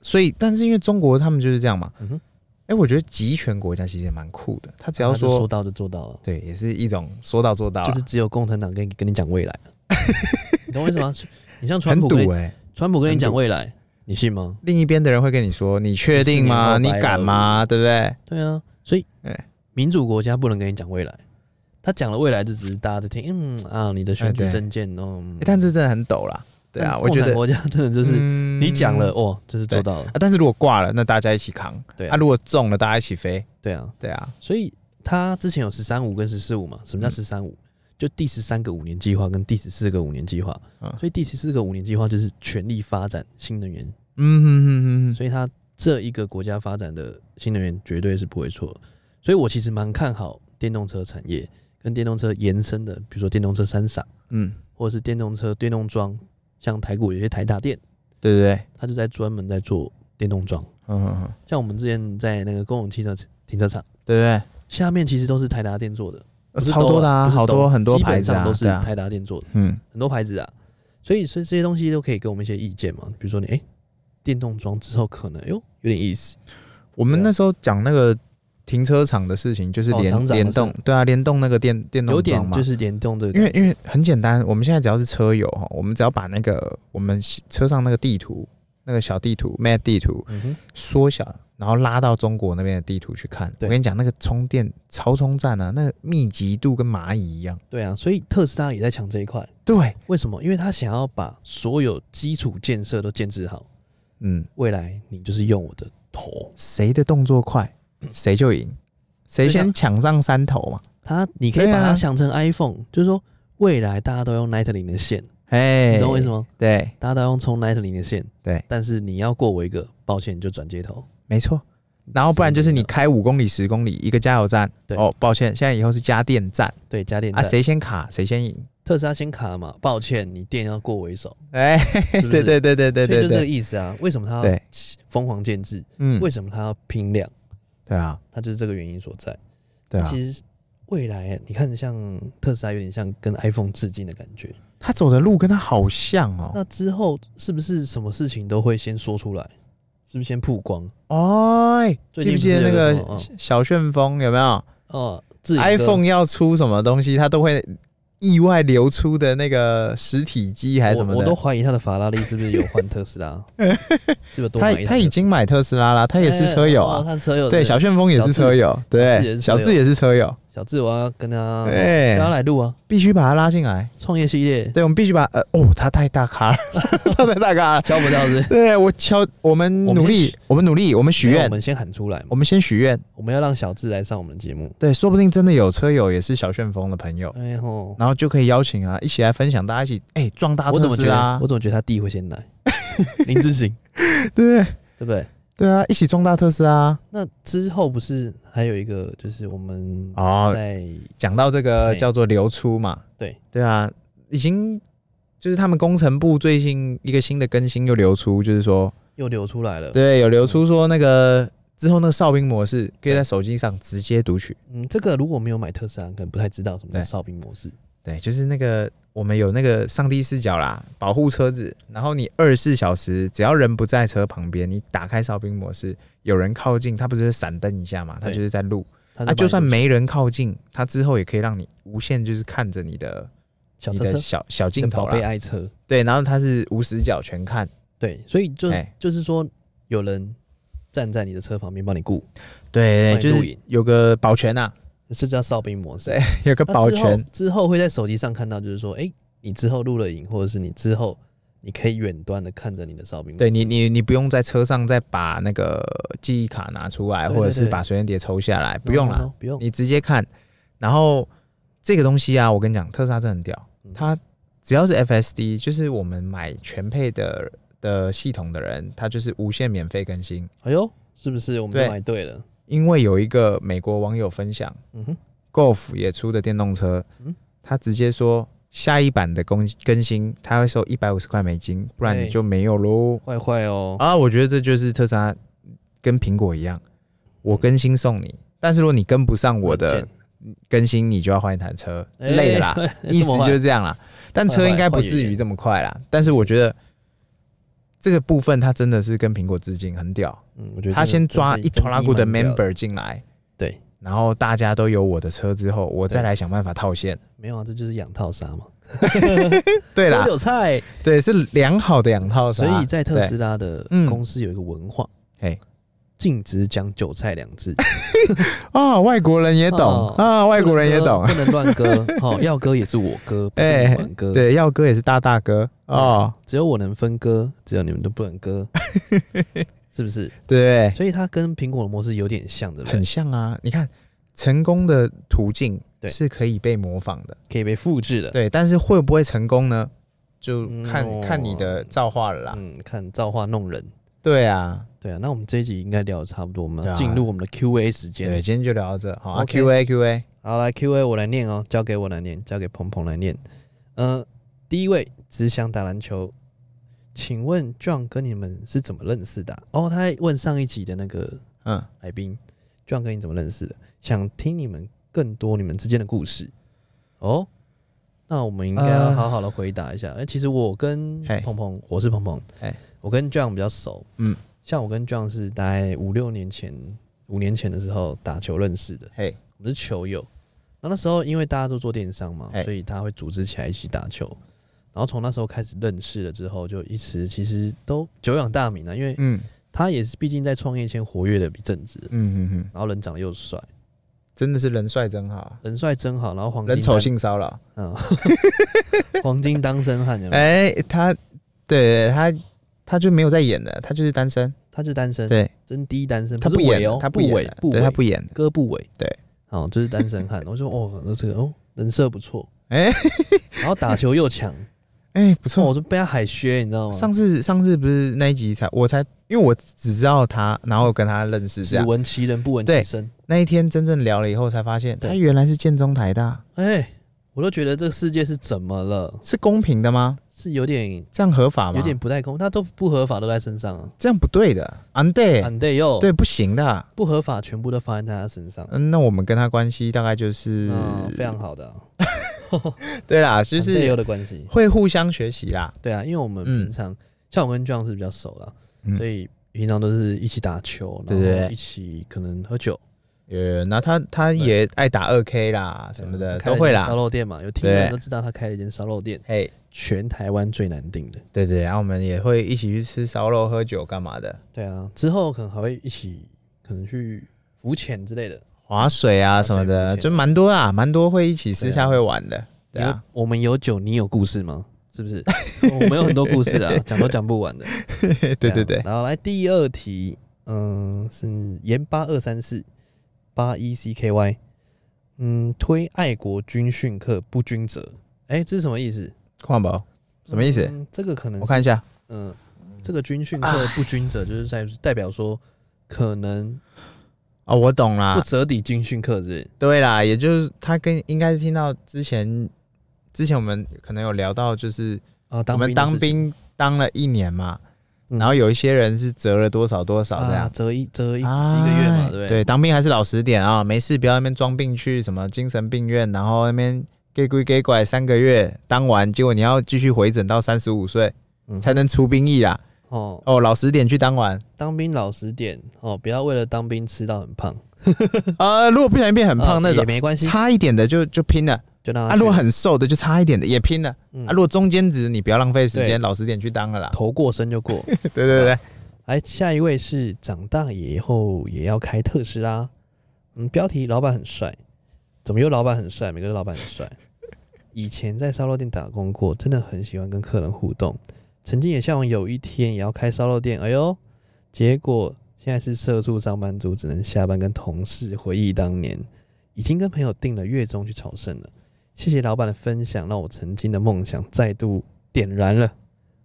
Speaker 2: 所以但是因为中国他们就是这样嘛，
Speaker 1: 嗯哼，
Speaker 2: 哎，我觉得集权国家其实也蛮酷的，他只要
Speaker 1: 啊他就说
Speaker 2: 说
Speaker 1: 到就做到了，
Speaker 2: 对，也是一种说到做到啊，
Speaker 1: 就是只有共产党跟跟你讲未来，你懂我意思吗？你像川
Speaker 2: 很
Speaker 1: 普跟
Speaker 2: 赌
Speaker 1: 你，
Speaker 2: 哎。
Speaker 1: 川普跟你
Speaker 2: 很
Speaker 1: 讲
Speaker 2: 赌
Speaker 1: 未来，你信吗？
Speaker 2: 另一边的人会跟你说：“你确定吗？
Speaker 1: 四
Speaker 2: 你
Speaker 1: 年后
Speaker 2: 敢吗？对不对
Speaker 1: 对啊，所以
Speaker 2: 哎
Speaker 1: 民主国家不能跟你讲未来，他讲了未来就只是大家在听，嗯啊，你的选举
Speaker 2: 哎对
Speaker 1: 证件哦、嗯？”
Speaker 2: 欸但这真的很陡啦，对啊，
Speaker 1: 但
Speaker 2: 我觉
Speaker 1: 共产
Speaker 2: 得
Speaker 1: 国家真的就是、
Speaker 2: 嗯
Speaker 1: 你讲了哇，就是做到了
Speaker 2: 啊，，但是如果挂了，那大家一起扛；
Speaker 1: 对
Speaker 2: 啊，
Speaker 1: 啊，
Speaker 2: 如果中了，大家一起飞。
Speaker 1: 对啊，
Speaker 2: 对啊，
Speaker 1: 所以他之前有十三五跟十四五嘛，什么叫
Speaker 2: 嗯
Speaker 1: 十三五？就第十三个五年计划跟第十四个五年计划，
Speaker 2: 嗯
Speaker 1: 所以第十四个五年计划就是全力发展新能源，
Speaker 2: 嗯哼哼哼哼，
Speaker 1: 所以它这一个国家发展的新能源绝对是不会错的。所以我其实蛮看好电动车产业跟电动车延伸的，比如说电动车三傻，
Speaker 2: 嗯，
Speaker 1: 或者是电动车电动桩，像台股有些台达电，
Speaker 2: 对对对，
Speaker 1: 它就在专门在做电动桩。
Speaker 2: 嗯哼哼，
Speaker 1: 像我们之前在那个公共汽车停车场
Speaker 2: 对对
Speaker 1: 下面，其实都是台达电做的，
Speaker 2: 对，
Speaker 1: 不是
Speaker 2: 超多的啊，
Speaker 1: 都不是
Speaker 2: 好
Speaker 1: 都
Speaker 2: 多很多
Speaker 1: 基本
Speaker 2: 牌子
Speaker 1: 上
Speaker 2: 啊，
Speaker 1: 都是
Speaker 2: 对啊
Speaker 1: 台达电做的，
Speaker 2: 嗯，
Speaker 1: 很多牌子啊。所以所以这些东西都可以给我们一些意见嘛，比如说你哎、诶电动桩之后可能哟有点意思，
Speaker 2: 我
Speaker 1: 对
Speaker 2: 们
Speaker 1: 啊
Speaker 2: 那时候讲那个停车场的事情，就是
Speaker 1: 哦
Speaker 2: 联
Speaker 1: 厂长的
Speaker 2: 联动
Speaker 1: 事，
Speaker 2: 对啊，联动那个电电动
Speaker 1: 有
Speaker 2: 桩
Speaker 1: 点
Speaker 2: 嘛
Speaker 1: 就，是联动这
Speaker 2: 因
Speaker 1: 个，
Speaker 2: 为因为很简单，我们现在只要是车友哈，我们只要把那个我们车上那个地图，那个小地图 map 地图
Speaker 1: 嗯哼，
Speaker 2: 缩小，然后拉到中国那边的地图去看。我
Speaker 1: 对
Speaker 2: 跟你讲，那个充电超充站啊，那个密集度跟蚂蚁一样。
Speaker 1: 对啊，所以特斯拉也在抢这一块，
Speaker 2: 对，
Speaker 1: 为什么？因为他想要把所有基础建设都建制好，
Speaker 2: 嗯，
Speaker 1: 未来你就是用我的头，
Speaker 2: 谁的动作快，谁就赢，谁
Speaker 1: 对啊
Speaker 2: 先抢上山头嘛。
Speaker 1: 它你可以
Speaker 2: 对
Speaker 1: 把
Speaker 2: 啊
Speaker 1: 它想成 iPhone，、就是说未来大家都用 Lightning 的线，
Speaker 2: 哎，
Speaker 1: 你懂我意思吗？
Speaker 2: 对，
Speaker 1: 大家都用充 Lightning 的线，
Speaker 2: 对
Speaker 1: 但是你要过我一个，抱歉你就转接头，
Speaker 2: 没错。然后不然就是你开五公里、十公里一个加油站，
Speaker 1: 对
Speaker 2: 哦，抱歉，现在以后是加电站
Speaker 1: 对家电
Speaker 2: 啊，
Speaker 1: 站、
Speaker 2: 谁先卡谁先赢。
Speaker 1: 特斯拉先卡嘛，抱歉你电要过我一手，
Speaker 2: 哎，
Speaker 1: 是不是？
Speaker 2: 对对对对对
Speaker 1: 所以
Speaker 2: 对
Speaker 1: 就这个
Speaker 2: 对，
Speaker 1: 意思啊。为什么它要
Speaker 2: 对
Speaker 1: 疯狂建制？
Speaker 2: 嗯
Speaker 1: 为，什么它要拼量？
Speaker 2: 对啊，
Speaker 1: 它就是这个原因所在。
Speaker 2: 对啊，
Speaker 1: 其实未来你看，像特斯拉有点像跟 iPhone 致敬的感觉。
Speaker 2: 他走的路跟他好像哦，
Speaker 1: 那之后是不是什么事情都会先说出来？是不是先曝光？
Speaker 2: 哦，
Speaker 1: 最近
Speaker 2: 记不
Speaker 1: 不是
Speaker 2: 记得那
Speaker 1: 有个
Speaker 2: 个
Speaker 1: 什
Speaker 2: 小旋风有没有
Speaker 1: 哦、自己
Speaker 2: ？iPhone 要出什么东西，他都会意外流出的那个实体机还是什么
Speaker 1: 我我都
Speaker 2: 的。
Speaker 1: 怀疑他的法拉利是不是有换特斯 拉？是不是多买
Speaker 2: 他
Speaker 1: 一台哎
Speaker 2: 他已经买特斯拉啦，他
Speaker 1: 他
Speaker 2: 也是车友啊。
Speaker 1: 他是车友
Speaker 2: 对，小旋风也是车友，对，
Speaker 1: 小
Speaker 2: 小
Speaker 1: 智
Speaker 2: 智也是车友，
Speaker 1: 小智，我要跟他
Speaker 2: 哎
Speaker 1: 叫他来录啊，
Speaker 2: 必须把他拉进来。
Speaker 1: 创业系列
Speaker 2: 对，我们必须把呃，哦，他太大咖了， 他太大咖了。
Speaker 1: 敲不到是不是
Speaker 2: 对我敲，我们
Speaker 1: 我们
Speaker 2: 努力
Speaker 1: 先，
Speaker 2: 我们努力，我们许
Speaker 1: 没有
Speaker 2: 愿
Speaker 1: 啊我，们先喊出来嘛
Speaker 2: 我，们先许愿。
Speaker 1: 我们要让小智来上我们的节目。
Speaker 2: 对，说不定真的有车友也是小旋风的朋友，
Speaker 1: 哎吼，
Speaker 2: 然后就可以邀请啊，一起来分享，大家一起哎壮大
Speaker 1: 我怎么
Speaker 2: 特
Speaker 1: 觉
Speaker 2: 斯啊
Speaker 1: 得
Speaker 2: 拉
Speaker 1: 我，怎么觉得他弟会先来？林志颖
Speaker 2: 对
Speaker 1: 对不对？
Speaker 2: 对啊，一起壮大特斯啊拉。
Speaker 1: 那之后不是还有一个，就是我们
Speaker 2: 哦，
Speaker 1: 在
Speaker 2: 讲到这个
Speaker 1: 哎
Speaker 2: 叫做流出嘛，
Speaker 1: 对
Speaker 2: 对啊，已经就是他们工程部最近一个新的更新又流出，就是说
Speaker 1: 又流出来了。
Speaker 2: 对有流出说那个之后那个哨兵模式可以在手机上直接读取。
Speaker 1: 嗯，这个如果没有买特斯拉，可能不太知道什么叫
Speaker 2: 对
Speaker 1: 哨兵模式。
Speaker 2: 对，就是那个我们有那个上帝视角啦，保护车子，然后你二十四小时只要人不在车旁边，你打开哨兵模式，有人靠近，它不就是闪灯一下嘛，它
Speaker 1: 对
Speaker 2: 就是在录。
Speaker 1: 它
Speaker 2: 啊，
Speaker 1: 把
Speaker 2: 就算
Speaker 1: 你
Speaker 2: 没人靠近，它之后也可以让你无限就是看着你的
Speaker 1: 小
Speaker 2: 你
Speaker 1: 车
Speaker 2: 的
Speaker 1: 车
Speaker 2: 小小
Speaker 1: 的
Speaker 2: 镜头
Speaker 1: 宝贝啊
Speaker 2: 啦。
Speaker 1: 爱车，
Speaker 2: 对，然后它是无死角全看。
Speaker 1: 对，所以就是、
Speaker 2: 哎
Speaker 1: 就是说，有人站在你的车旁边帮你顾，
Speaker 2: 对，
Speaker 1: 帮你
Speaker 2: 就
Speaker 1: 录
Speaker 2: 是
Speaker 1: 影
Speaker 2: 有个保全呐、啊，
Speaker 1: 这叫哨兵模式
Speaker 2: 对。有个
Speaker 1: 那
Speaker 2: 保
Speaker 1: 之后
Speaker 2: 全。
Speaker 1: 之后会在手机上看到，就是说，哎、你之后录了影，或者是你之后你可以远端的看着你的哨兵模式。
Speaker 2: 对你，你你不用在车上再把那个记忆卡拿出来，
Speaker 1: 对
Speaker 2: 或者
Speaker 1: 对
Speaker 2: 是
Speaker 1: 对
Speaker 2: 把随身碟抽下来，
Speaker 1: No,
Speaker 2: 不用
Speaker 1: no,
Speaker 2: 啦
Speaker 1: no,，不用。
Speaker 2: 你直接看。然后这个东西啊，我跟你讲，特斯拉真的很屌，
Speaker 1: 嗯
Speaker 2: 它只要是 FSD，就是我们买全配的的系统的人，它就是无限免费更新。
Speaker 1: 哎呦，是不是我们
Speaker 2: 对
Speaker 1: 都买对了？
Speaker 2: 因为有一个美国网友分享
Speaker 1: 嗯哼，
Speaker 2: ，Golf 也出的电动车
Speaker 1: 嗯，
Speaker 2: 他直接说下一版的更更新，他会收一百五十块美金，不然
Speaker 1: 对
Speaker 2: 你就没有喽。
Speaker 1: 坏坏哦。
Speaker 2: 啊，我觉得这就是特斯拉跟苹果一样，我更新送你，但是如果你跟不上我的
Speaker 1: 软件
Speaker 2: 更新，你就要换一台车之类的啦。
Speaker 1: 哎哎
Speaker 2: 意
Speaker 1: 这
Speaker 2: 思
Speaker 1: 么
Speaker 2: 就
Speaker 1: 坏
Speaker 2: 是这样啦。但车应该不至于这么快啦。但是我觉得这个部分它真的是跟苹果致敬，很屌。
Speaker 1: 嗯，我觉得
Speaker 2: 他
Speaker 1: 真的
Speaker 2: 先抓
Speaker 1: 真
Speaker 2: 一拖拉股的
Speaker 1: 真蛮屌
Speaker 2: member 进来，
Speaker 1: 对，
Speaker 2: 然后大家都有我的车之后，我再来想办法套现。
Speaker 1: 没有啊，这就是养套杀嘛，
Speaker 2: 对啦
Speaker 1: 多，韭菜。
Speaker 2: 对，是良好的养套杀。
Speaker 1: 所以在特斯拉的
Speaker 2: 嗯
Speaker 1: 公司有一个文化，
Speaker 2: 嘿
Speaker 1: 禁止讲韭菜两字，
Speaker 2: 啊、外国人也懂
Speaker 1: 哦
Speaker 2: 啊、外国人也懂。
Speaker 1: 不能乱割， 好、要割也是我割，不是你们割，
Speaker 2: 对，耀哥也是大大哥哦，
Speaker 1: 只有我能分割，只有你们都不能 割，是不是？
Speaker 2: 对，
Speaker 1: 所以它跟苹果的模式有点像，对不对
Speaker 2: 很？像啊。你看成功的途径
Speaker 1: 对
Speaker 2: 是可以被模仿的，
Speaker 1: 可以被复制的。
Speaker 2: 对，但是会不会成功呢？就
Speaker 1: 嗯
Speaker 2: 看、
Speaker 1: 哦
Speaker 2: 看你的造化了啦。
Speaker 1: 嗯，看造化弄人。
Speaker 2: 对啊，
Speaker 1: 对啊，那我们这一集应该聊的差不多，我们
Speaker 2: 对
Speaker 1: 要
Speaker 2: 啊
Speaker 1: 进入我们的 Q&A 时
Speaker 2: 对，
Speaker 1: 间。
Speaker 2: 今天就聊到这，好、啊、
Speaker 1: OK
Speaker 2: Q A Q A，
Speaker 1: 好，来 Q&A 我来念哦，交给我来念，交给鹏鹏来念。呃，第一位只想打篮球，请问 John 跟你们是怎么认识的啊、哦，他还问上一集的那个
Speaker 2: 嗯，
Speaker 1: 来宾，John 跟你怎么认识的？想听你们更多你们之间的故事。哦，那我们应该要
Speaker 2: 呃
Speaker 1: 好好的回答一下。哎、其实我跟
Speaker 2: 嘿
Speaker 1: 鹏鹏，我是鹏鹏，
Speaker 2: 嘿
Speaker 1: 我跟 John 比较熟。
Speaker 2: 嗯，
Speaker 1: 像我跟 John 是大概五六年前，五年前的时候打球认识的，
Speaker 2: 嘿，
Speaker 1: 我们是球友。那那时候因为大家都做电商嘛，
Speaker 2: 嘿
Speaker 1: 所以他会组织起来一起打球。然后从那时候开始认识了之后，就一直其实都久仰大名了、啊因为
Speaker 2: 嗯
Speaker 1: 他也是毕竟在创业圈活跃的一阵子了，
Speaker 2: 嗯嗯嗯，
Speaker 1: 然后人长得又帅，
Speaker 2: 真的是人帅真好，
Speaker 1: 人帅真好，然后黄金
Speaker 2: 人丑
Speaker 1: 当
Speaker 2: 性骚扰。
Speaker 1: 嗯， 黄金单身汉有没有
Speaker 2: 哎、他对他他就没有在演的，他就是单身，
Speaker 1: 他就单身，
Speaker 2: 对
Speaker 1: 真第一单身，
Speaker 2: 他
Speaker 1: 不是
Speaker 2: 演
Speaker 1: 伪
Speaker 2: 的
Speaker 1: 哦，，
Speaker 2: 他
Speaker 1: 不
Speaker 2: 演
Speaker 1: 伪
Speaker 2: 的，
Speaker 1: 不
Speaker 2: 对
Speaker 1: 伪，
Speaker 2: 他不演的。
Speaker 1: 哥不伪，
Speaker 2: 对，
Speaker 1: 哦，这是单身汉， 我说哦，那这个哦人设不错，
Speaker 2: 哎
Speaker 1: 然后打球又 强，
Speaker 2: 哎、不
Speaker 1: 哦，
Speaker 2: 错，
Speaker 1: 我就被他海削，你知道吗？
Speaker 2: 上次上次不是那一集才我才，因为我只知道他，然后我跟他认识这
Speaker 1: 只
Speaker 2: 样。
Speaker 1: 闻其人不闻其
Speaker 2: 对
Speaker 1: 声，
Speaker 2: 那一天真正聊了以后，才发现
Speaker 1: 对
Speaker 2: 他原来是建中台大，
Speaker 1: 哎，我都觉得这个世界是怎么了？
Speaker 2: 是公平的吗？
Speaker 1: 是有点
Speaker 2: 这样合法吗？
Speaker 1: 有点不太公，他都不合法都在身上啊，
Speaker 2: 这样不对的，安对、
Speaker 1: 俺得哟，
Speaker 2: 对不行的啊。
Speaker 1: 不合法全部都发生在他身上，
Speaker 2: 嗯，那我们跟他关系大概就是，
Speaker 1: 嗯，非常好的啊，
Speaker 2: 对啦，就
Speaker 1: 队友
Speaker 2: 是
Speaker 1: 的关系。
Speaker 2: 会互相学习啦。
Speaker 1: 对啊，因为我们
Speaker 2: 嗯
Speaker 1: 平常、像我跟 John 是比较熟啦，
Speaker 2: 嗯
Speaker 1: 所以平常都是一起打球，然
Speaker 2: 对对
Speaker 1: 后
Speaker 2: 对
Speaker 1: 一起可能喝酒
Speaker 2: 呃，那他他也爱打二 K 啦什么的
Speaker 1: 嗯开了
Speaker 2: 都会
Speaker 1: 一间烧
Speaker 2: 啦。
Speaker 1: 肉店嘛，有听的人
Speaker 2: 对
Speaker 1: 都知道他开了一间烧肉店，
Speaker 2: 嘿，
Speaker 1: 全台湾最难订的。
Speaker 2: 对对，然后我们也会一起去吃烧肉、喝酒干嘛的，
Speaker 1: 对啊，之后可能还会一起可能去浮潜之类的，
Speaker 2: 划水啊什么
Speaker 1: 划水浮
Speaker 2: 的，
Speaker 1: 潜
Speaker 2: 就蛮多啦，蛮多会一起私
Speaker 1: 对啊
Speaker 2: 下会玩的。对
Speaker 1: 因为
Speaker 2: 啊，
Speaker 1: 我们有酒，你有故事吗？是不 是？我们有很多故事啊，讲都讲不完的。
Speaker 2: 对对
Speaker 1: 啊
Speaker 2: 对，
Speaker 1: 然后来第二题，嗯，是盐八二三四八一 CKY，嗯，推爱国军训课不均责，哎、这是什么意思？
Speaker 2: 矿宝什么意思？
Speaker 1: 嗯这个可能
Speaker 2: 我看啊一
Speaker 1: 下，
Speaker 2: 下，
Speaker 1: 嗯、这个军训课不均责，就是在代表说可能
Speaker 2: 哦，我懂啦
Speaker 1: 不，折抵军训课，是不是？
Speaker 2: 对啦，也就是他跟应该是听到之前，之前我们可能有聊到，就是
Speaker 1: 啊，
Speaker 2: 我
Speaker 1: 当
Speaker 2: 们
Speaker 1: 兵的事
Speaker 2: 当
Speaker 1: 情
Speaker 2: 兵当了一年嘛，
Speaker 1: 嗯
Speaker 2: 然后有一些人是折了多少多少这
Speaker 1: 啊
Speaker 2: 样，
Speaker 1: 折一折一、十一个月嘛，对
Speaker 2: 哎
Speaker 1: 不对？
Speaker 2: 对，当兵还是老实点啊，没事不要那边装病去什么精神病院，然后那边给鬼给拐三个月，当完结果你要继续回诊到三十五岁
Speaker 1: 嗯
Speaker 2: 才能除兵役啦。
Speaker 1: 哦，
Speaker 2: 哦，老实点去当 完，
Speaker 1: 当兵老实点哦，不要为了当兵吃到很胖，
Speaker 2: 呃，如果不小心变很
Speaker 1: 啊
Speaker 2: 胖那
Speaker 1: 也
Speaker 2: 种，
Speaker 1: 没关系，
Speaker 2: 差一点的就就拼了
Speaker 1: 就让他
Speaker 2: 啊，如果
Speaker 1: 去
Speaker 2: 很瘦的就差一点的也拼了。
Speaker 1: 嗯
Speaker 2: 啊，如果中间值你不要浪费时
Speaker 1: 对
Speaker 2: 间，老实点去当了啦。
Speaker 1: 头过身就 过。
Speaker 2: 对对对，
Speaker 1: 来，下一位是长大以后也要开特斯拉。嗯，标题老板很帅，怎么又老板很帅？每个老板很帅。以前在烧肉店打工过，真的很喜欢跟客人互动。曾经也向往有一天也要开烧肉店，哎呦，结果现在是社畜上班族，只能下班跟同事回忆当年。已经跟朋友订了月中去朝圣了。谢谢老板的分享，让我曾经的梦想再度点燃了。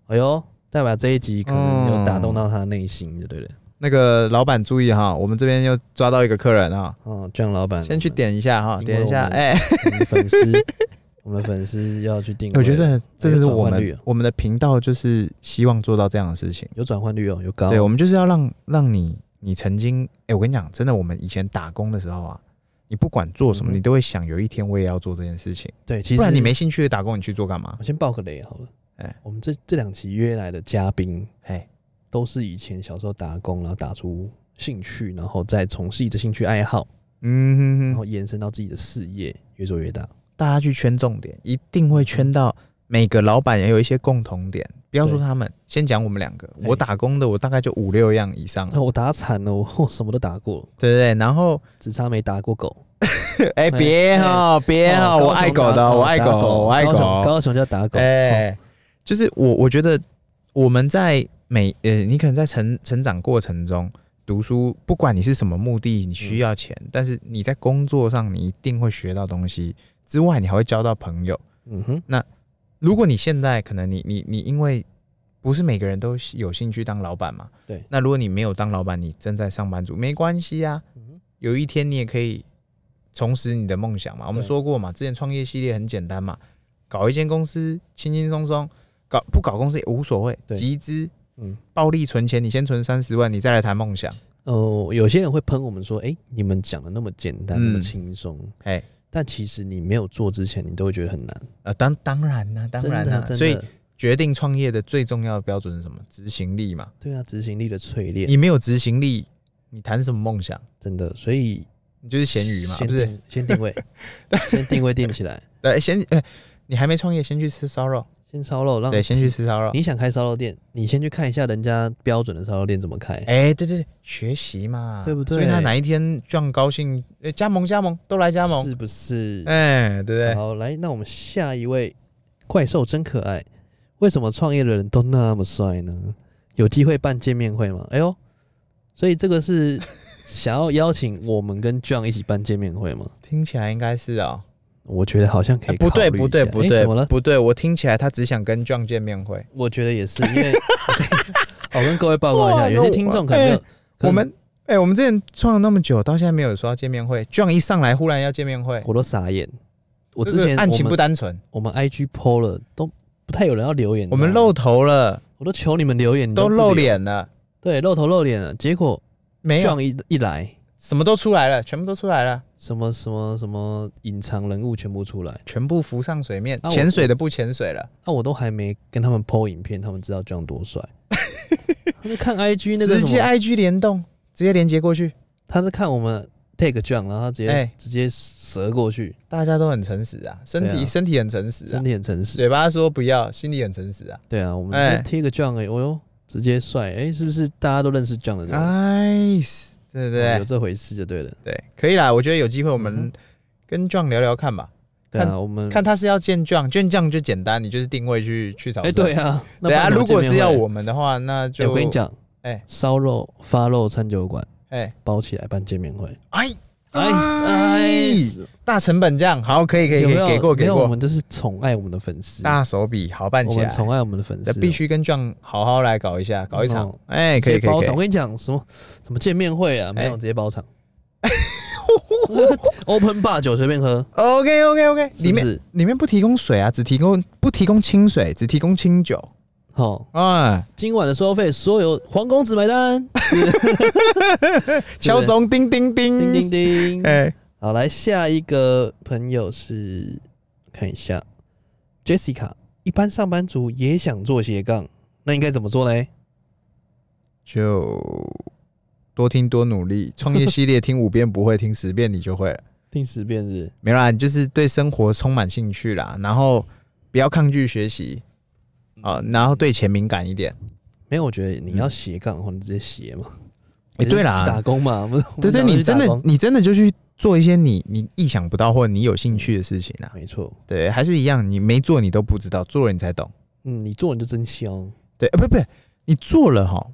Speaker 1: 哎呦，代表这一集可能
Speaker 2: 嗯
Speaker 1: 有打动到他的内心，就对了。
Speaker 2: 那个老板注意哈，我们这边又抓到一个客人哈，
Speaker 1: 哦，这样老板
Speaker 2: 先去，点一下哈，点一下，
Speaker 1: 因为
Speaker 2: 哎、
Speaker 1: 我们粉丝，我们的粉丝要去订位了。
Speaker 2: 我觉得这真的是我
Speaker 1: 有转换率
Speaker 2: 们
Speaker 1: 啊
Speaker 2: 我们的频道就是希望做到这样的事情。
Speaker 1: 有转换率哦，有高。
Speaker 2: 对，我们就是要让让你你曾经，哎、我跟你讲，真的，我们以前打工的时候啊，你不管做什么，
Speaker 1: 嗯哼
Speaker 2: 你都会想有一天我也要做这件事情，
Speaker 1: 对，其实
Speaker 2: 不然你没兴趣的打工，你去做干嘛
Speaker 1: 我？先爆个雷好了。哎
Speaker 2: 哎，
Speaker 1: 我们这这两期约来的嘉宾
Speaker 2: 哎，
Speaker 1: 都是以前小时候打工，然后打出兴趣，然后再从事一的兴趣爱好，
Speaker 2: 嗯
Speaker 1: 然
Speaker 2: 哼
Speaker 1: 后
Speaker 2: 哼，
Speaker 1: 延伸到自己的事业，越做越大。
Speaker 2: 大家去圈重点，一定会圈到每个老板也有一些共同点。不要说
Speaker 1: 对
Speaker 2: 他们，先讲我们两个，
Speaker 1: 哎
Speaker 2: 我打工的我大概就五六样以上
Speaker 1: 那
Speaker 2: 了，
Speaker 1: 我打惨了，我我什么都打过，
Speaker 2: 对不对？然后，
Speaker 1: 只差没打过狗。
Speaker 2: 哎，别哈，别哈，
Speaker 1: 哦
Speaker 2: 啊我
Speaker 1: 高雄
Speaker 2: 爱狗
Speaker 1: 打
Speaker 2: 的，我爱
Speaker 1: 打
Speaker 2: 狗，我爱
Speaker 1: 高
Speaker 2: 狗
Speaker 1: 雄，高雄叫打狗。
Speaker 2: 哎、就是我我觉得我们在每呃，你可能在成成长过程中，读书，不管你是什么目的，你需要钱，但是你在工作上你一定会学到东西，之外你还会交到朋友。
Speaker 1: 嗯哼，
Speaker 2: 如果你现在可能你你你因为不是每个人都有兴趣当老板嘛，
Speaker 1: 对
Speaker 2: 那如果你没有当老板，你正在上班族没关系啊，
Speaker 1: 嗯哼
Speaker 2: 有一天你也可以重拾你的梦想嘛。我们
Speaker 1: 对
Speaker 2: 说过嘛，之前创业系列很简单嘛，搞一间公司轻轻松松，搞不搞公司也无所谓，
Speaker 1: 对
Speaker 2: 集资，
Speaker 1: 嗯，
Speaker 2: 暴力存钱，你先存三十万，你再来谈梦想。
Speaker 1: 哦，有些人会喷我们说，哎、你们讲的那么简单，那么
Speaker 2: 嗯
Speaker 1: 轻松，
Speaker 2: 哎
Speaker 1: 但其实你没有做之前，你都会觉得很难。
Speaker 2: 啊，当当然啦、当然
Speaker 1: 真的
Speaker 2: 啦、
Speaker 1: 啊真的
Speaker 2: 所以决定创业的最重要的标准是什么？执行力嘛。
Speaker 1: 对啊，执行力的淬炼，
Speaker 2: 你没有执行力，你谈什么梦想？
Speaker 1: 真的，所以
Speaker 2: 你就是咸鱼嘛，
Speaker 1: 先
Speaker 2: 不是？
Speaker 1: 定先定 位，先定位定起来，
Speaker 2: 呃，先呃，你还没创业，先去吃烧肉。
Speaker 1: 先烧肉，让
Speaker 2: 对，先去吃烧肉。
Speaker 1: 你想开烧肉店，你先去看一下人家标准的烧肉店怎么开。
Speaker 2: 哎、对对对，学习嘛，
Speaker 1: 对不对
Speaker 2: 所以他哪一天这样高兴，呃加盟加盟，都来加盟。
Speaker 1: 是不是？
Speaker 2: 哎、对不对？
Speaker 1: 好，来，那我们下一位，怪兽真可爱。为什么创业的人都那么帅呢？有机会办见面会吗？哎呦，所以这个是 想要邀请我们跟 John 一起办见面会吗？
Speaker 2: 听起来应该是哦，
Speaker 1: 我觉得好像可以、
Speaker 2: 哎不对不对不对，
Speaker 1: 哎怎么了？
Speaker 2: 不对，我听起来他只想跟 John 见面会。
Speaker 1: 我觉得也是， 因为我跟各位报告一
Speaker 2: 哇
Speaker 1: 下，有些听众可能没有
Speaker 2: 哎，我们哎、我们之前创了那么久，到现在没有说要见面会。John 一上来忽然要见面会，
Speaker 1: 我都傻眼。我
Speaker 2: 这
Speaker 1: 之
Speaker 2: 个
Speaker 1: 前
Speaker 2: 案情
Speaker 1: 我
Speaker 2: 不
Speaker 1: 们嗯
Speaker 2: 单纯，
Speaker 1: 我们 IG PO 了，都不太有人要留言。
Speaker 2: 我们
Speaker 1: 你知道吗
Speaker 2: 露，头了，
Speaker 1: 我都求你们留言，你
Speaker 2: 都
Speaker 1: 不
Speaker 2: 露
Speaker 1: 留，
Speaker 2: 脸了，
Speaker 1: 对，露头露脸了。结果
Speaker 2: 没有
Speaker 1: 撞一一来，
Speaker 2: 什么都出来了，全部都出来了，
Speaker 1: 什么什么什么隐藏人物全部出来，
Speaker 2: 全部浮上水面，
Speaker 1: 啊我
Speaker 2: 潜水的不潜水了，
Speaker 1: 那、我都还没跟他们 PO 影片，他们知道 John 多 帅。他们看 IG 那个
Speaker 2: 直
Speaker 1: 什
Speaker 2: 接
Speaker 1: 么，
Speaker 2: IG 联动，直接连接过去，
Speaker 1: 他是看我们 take John，然后他直接、
Speaker 2: 哎
Speaker 1: 直接折过去，
Speaker 2: 大家都很诚实啊，身体、
Speaker 1: 对啊
Speaker 2: 身体很诚实啊
Speaker 1: 身，体很诚实。
Speaker 2: 嘴巴说不要，心里很诚实啊。
Speaker 1: 对啊，我们
Speaker 2: 哎
Speaker 1: 就贴个 John 哎、我哟，直接帅哎、是不是大家都认识 John 的人？
Speaker 2: Nice，对不
Speaker 1: 哦有
Speaker 2: 啊对？
Speaker 1: 这回事就对了。
Speaker 2: 对，可以啦，我觉得有机会我
Speaker 1: 嗯
Speaker 2: 们跟 John 聊聊看吧，
Speaker 1: 对啊，
Speaker 2: 看
Speaker 1: 我们
Speaker 2: 看他是要见 John，见 John 就简单，你就是定位去去找。
Speaker 1: 哎、对，啊，那
Speaker 2: 对
Speaker 1: 不然
Speaker 2: 啊，
Speaker 1: 怎么
Speaker 2: 如果
Speaker 1: 见
Speaker 2: 是
Speaker 1: 面
Speaker 2: 要
Speaker 1: 会
Speaker 2: 我们的话，那
Speaker 1: 哎
Speaker 2: 就
Speaker 1: 我跟你，讲，
Speaker 2: 哎
Speaker 1: 烧肉发肉餐酒馆
Speaker 2: 哎
Speaker 1: 包起来办见面会。
Speaker 2: 哎
Speaker 1: 哎哎，
Speaker 2: 大成本这样，好，可以可以
Speaker 1: 有
Speaker 2: 可
Speaker 1: 没
Speaker 2: 以，
Speaker 1: 有
Speaker 2: 给过
Speaker 1: 没
Speaker 2: 给
Speaker 1: 有我
Speaker 2: 过，
Speaker 1: 们就是宠爱我们的粉丝，
Speaker 2: 大手笔好办
Speaker 1: 我
Speaker 2: 起
Speaker 1: 们
Speaker 2: 来，
Speaker 1: 宠爱我们的粉
Speaker 2: 那
Speaker 1: 丝，
Speaker 2: 必须跟 John 好好来搞一下，搞一场
Speaker 1: 嗯，
Speaker 2: 哎，可
Speaker 1: 直
Speaker 2: 以
Speaker 1: 接
Speaker 2: 可以
Speaker 1: 包
Speaker 2: 可
Speaker 1: 场。我
Speaker 2: 以，
Speaker 1: 跟你讲，什么什么见面会啊，没有
Speaker 2: 哎
Speaker 1: 直接包场。Open bar 酒随便喝，
Speaker 2: OK OK OK，
Speaker 1: 是
Speaker 2: 里
Speaker 1: 不
Speaker 2: 面
Speaker 1: 是？
Speaker 2: 里面不提供水啊，只提供不提供清水，只提供清酒
Speaker 1: 好，
Speaker 2: 啊。
Speaker 1: 今晚的收费所有黄公子买单，
Speaker 2: 敲钟，叮叮
Speaker 1: 叮叮，
Speaker 2: 叮
Speaker 1: 叮。
Speaker 2: 哎，
Speaker 1: 好，来下一个朋友是看一下 Jessica，一般上班族也想做斜杠，那应该怎么做嘞？
Speaker 2: 就多听多努力。创业系列听五遍不会，听十遍你就会了。
Speaker 1: 听十遍日，
Speaker 2: 没啦，你就是对生活充满兴趣啦，然后不要抗拒学习啊，
Speaker 1: 嗯
Speaker 2: 然后对钱敏感一点。
Speaker 1: 没有，我觉得你要斜杠的话，你直接斜嘛。
Speaker 2: 哎，对
Speaker 1: 去打
Speaker 2: 啦，
Speaker 1: 工嘛，不是？
Speaker 2: 对对，
Speaker 1: 我们
Speaker 2: 你真
Speaker 1: 打
Speaker 2: 的
Speaker 1: 工
Speaker 2: 你真的就去做一些你你意想不到或你有兴趣的事情啊。
Speaker 1: 没错，
Speaker 2: 对，还是一样，你没做你都不知道，做了你才懂。
Speaker 1: 嗯，你做你就真香，
Speaker 2: 对，呃，不不，你做了哈，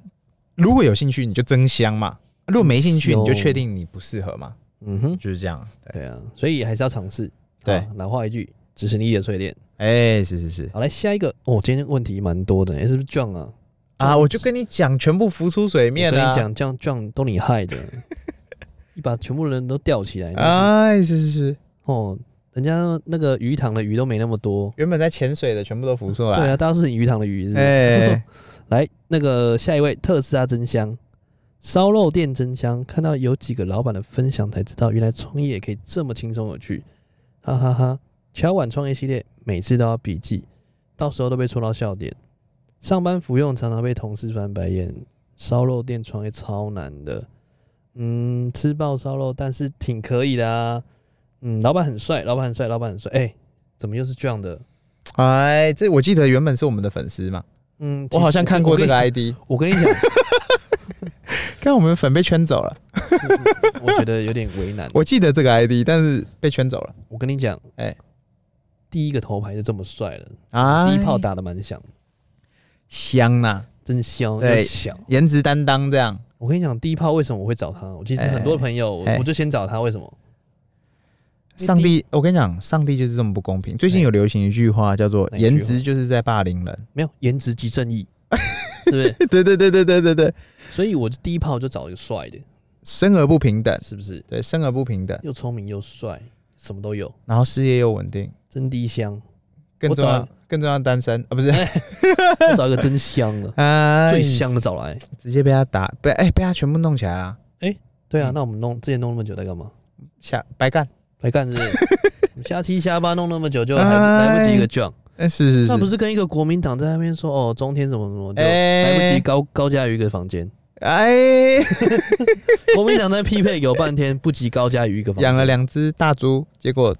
Speaker 2: 如果有兴趣你就真香嘛，如果没兴趣你就确定你不适合嘛，
Speaker 1: 嗯哼，
Speaker 2: 就是这样。对，
Speaker 1: 对啊，所以还是要尝试。
Speaker 2: 对
Speaker 1: 啊老话一句，执行力的淬炼。
Speaker 2: 哎、是是是
Speaker 1: 好，来下一个，哦，今天问题蛮多的，哎，是不是 John 啊？
Speaker 2: 啊，我就跟你讲，全部浮出水
Speaker 1: 我
Speaker 2: 面啊
Speaker 1: 跟
Speaker 2: 了、
Speaker 1: 你讲，这样 John 都你害 的，你把全部人都吊起来你
Speaker 2: 哎，是是是，
Speaker 1: 哦，人家那个鱼塘的鱼都没那么多。
Speaker 2: 原本在潜水的全部都浮出来。
Speaker 1: 对啊，，大家是鱼塘的鱼是不是
Speaker 2: 哎、
Speaker 1: 来，那个下一位特斯拉真香，烧肉店真香。看到有几个老板的分享，才知道原来创业也可以这么轻松有趣，哈哈哈乔晚创业系列每次都要笔记，到时候都被戳到笑点。上班服用常常被同事翻白眼，烧肉店创业超难的。嗯，吃爆烧肉，但是挺可以的啊。嗯，老板很帅，老板很帅，老板很帅。哎、怎么又是这样的？
Speaker 2: 哎，这我记得原本是我们的粉丝嘛，
Speaker 1: 嗯，
Speaker 2: 我好像看过这个
Speaker 1: 我跟
Speaker 2: ID，
Speaker 1: 你我跟你讲，
Speaker 2: 看我们粉被圈走了。
Speaker 1: 我觉得有点为难。
Speaker 2: 我记得这个 ID，但是被圈走了。
Speaker 1: 我跟你讲，
Speaker 2: 哎
Speaker 1: 第一个头牌就这么帅了，
Speaker 2: 啊
Speaker 1: 第一炮打的蛮响，
Speaker 2: 香呐、
Speaker 1: 真香
Speaker 2: 对
Speaker 1: 又小。
Speaker 2: 颜值担当这样。
Speaker 1: 我跟你讲，第一炮为什么我会找他？我其实很多朋友，
Speaker 2: 哎
Speaker 1: 我我就先找他，为什么？因为
Speaker 2: 上
Speaker 1: 第
Speaker 2: 帝，我跟你讲，上帝就是这么不公平。最近有流行一句话叫做
Speaker 1: 哪
Speaker 2: “
Speaker 1: 一句话
Speaker 2: 颜值就是在霸凌人
Speaker 1: 没有颜值即正义，是不是？”。
Speaker 2: 对对对对对对对，
Speaker 1: 所以我就第一炮就找一个帅的，
Speaker 2: 生而不平等，
Speaker 1: 是不是？
Speaker 2: 对，生而不平等，
Speaker 1: 又聪明又帅，什么都有，
Speaker 2: 然后事业又稳定，
Speaker 1: 真低香。
Speaker 2: 更
Speaker 1: 我
Speaker 2: 重要
Speaker 1: 找，
Speaker 2: 更重要单身啊，不是？，
Speaker 1: 我找一个真香的
Speaker 2: 哎
Speaker 1: 最香的找来。
Speaker 2: 直接被他打，被哎、被他全部弄起来了，
Speaker 1: 对啊，
Speaker 2: 嗯
Speaker 1: 那我们弄之前弄那么久在干嘛？
Speaker 2: 下白干。
Speaker 1: 来干这， 瞎七瞎八弄那么久就还不
Speaker 2: 哎
Speaker 1: 来不及一个 jump，
Speaker 2: 哎、是是
Speaker 1: 那不
Speaker 2: 是，
Speaker 1: 是跟一个国民党在那边说哦中天什么什么，就来不
Speaker 2: 哎
Speaker 1: 及高高嘉瑜一个房间，
Speaker 2: 哎，
Speaker 1: 国民党在匹配有半天，不及高嘉瑜一个房
Speaker 2: 养了
Speaker 1: 间。
Speaker 2: 两只大猪，结果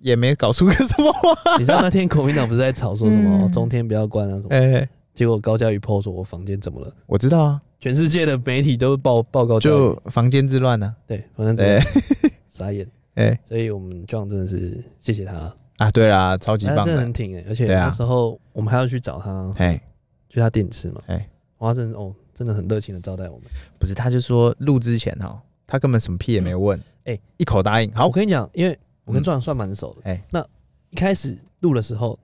Speaker 2: 也没搞出个什么花。
Speaker 1: 你知道那天国民党不是在吵说什么、
Speaker 2: 嗯
Speaker 1: 哦中天不要关啊什么，
Speaker 2: 哎、
Speaker 1: 结果高嘉瑜 PO 说我房间怎么了？
Speaker 2: 我知道啊，
Speaker 1: 全世界的媒体都报报告嘉瑜
Speaker 2: 就房间之乱呢、
Speaker 1: 对，反正
Speaker 2: 啊。
Speaker 1: 怎
Speaker 2: 哎、
Speaker 1: 么、傻眼，
Speaker 2: 哎、
Speaker 1: 所以我们 John 真的是谢谢他，
Speaker 2: 啊，对啦，超级
Speaker 1: 他
Speaker 2: 棒
Speaker 1: 真的
Speaker 2: 的
Speaker 1: 很，挺哎、而且
Speaker 2: 对啊
Speaker 1: 那时候我们还要去找他，
Speaker 2: 哎、
Speaker 1: 去他店吃嘛，
Speaker 2: 哎
Speaker 1: 哇，他真的哦真的很热情的招待我们。
Speaker 2: 不是，他就说录之前哈，他根本什么屁也没问，
Speaker 1: 哎
Speaker 2: 一口答应。好
Speaker 1: 我，跟你讲，因为我跟
Speaker 2: 嗯
Speaker 1: 壮算蛮熟的。
Speaker 2: 哎
Speaker 1: 那一开始录的时候，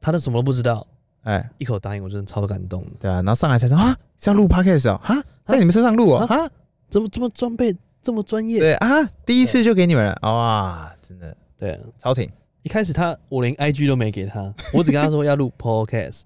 Speaker 1: 他都什么都不知道，
Speaker 2: 哎、
Speaker 1: 一口答应，我真的超感动的。
Speaker 2: 对啊，然后上来才说啊，是要录 podcast 哦，啊，在你们车上录哦，啊，
Speaker 1: 怎么这么装备这么专业？
Speaker 2: 对啊，第一次就给你们了，哇，真的
Speaker 1: 对啊，
Speaker 2: 超挺，
Speaker 1: 一开始他我连 IG 都没给他，我只跟他说要录 podcast，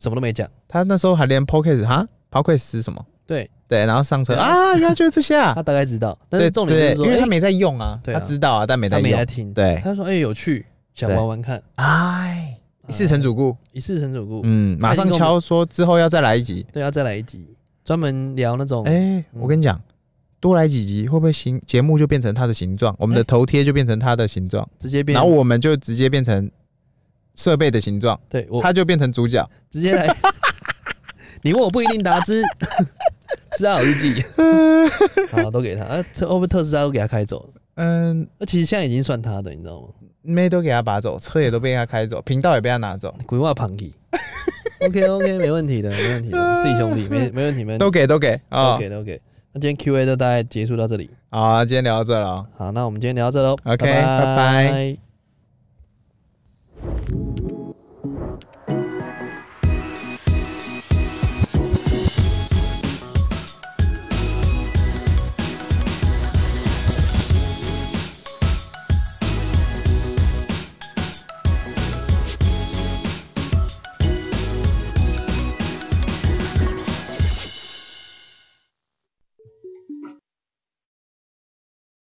Speaker 1: 什么都没 讲。
Speaker 2: 他那时候还连 podcast 哈，podcast 是什么？
Speaker 1: 对
Speaker 2: 对，然后上车
Speaker 1: 对
Speaker 2: 啊，要就是这些啊
Speaker 1: 他，大概知道， 但
Speaker 2: 对
Speaker 1: 是重点
Speaker 2: 对，
Speaker 1: 就是说，
Speaker 2: 因为他
Speaker 1: 哎
Speaker 2: 没在用啊，
Speaker 1: 对
Speaker 2: 他
Speaker 1: 啊
Speaker 2: 知道啊，但没在
Speaker 1: 他没来
Speaker 2: 用，
Speaker 1: 听，
Speaker 2: 对，
Speaker 1: 他说哎有趣，想
Speaker 2: 对
Speaker 1: 玩玩看，啊
Speaker 2: 哎，
Speaker 1: 嗯
Speaker 2: 一次成主顾，
Speaker 1: 一次成主顾，
Speaker 2: 嗯，马上敲说之后要再来一集，
Speaker 1: 对，要再来一集，专门聊那种
Speaker 2: 哎，我跟你讲。多来几集会不会形节目就变成它的形状？我们的
Speaker 1: 哎
Speaker 2: 头贴就变成它的形状，
Speaker 1: 直接变，
Speaker 2: 然后我们就直接变成设备的形状，
Speaker 1: 对我
Speaker 2: 它就变成主角。
Speaker 1: 直接来。 你问我不一定答之， 是啊，我日记，好都给他。啊，特会不会特斯拉都给他开走了？
Speaker 2: 嗯，
Speaker 1: 那其实现在已经算他的，你知道吗？
Speaker 2: 妹都给他拔走，车也都被他开走，频道也被他拿走，
Speaker 1: 鬼话旁记。OK OK，没问题的，没问题的，自己兄弟，没没问题，没问题
Speaker 2: 都，给都给
Speaker 1: 都
Speaker 2: 啊
Speaker 1: 给都给。那今天 Q&A 就大概结束到这里。
Speaker 2: 好啊，今天聊到这了哦。
Speaker 1: 好，那我们今天聊到这喽。
Speaker 2: OK，
Speaker 1: 拜
Speaker 2: 拜拜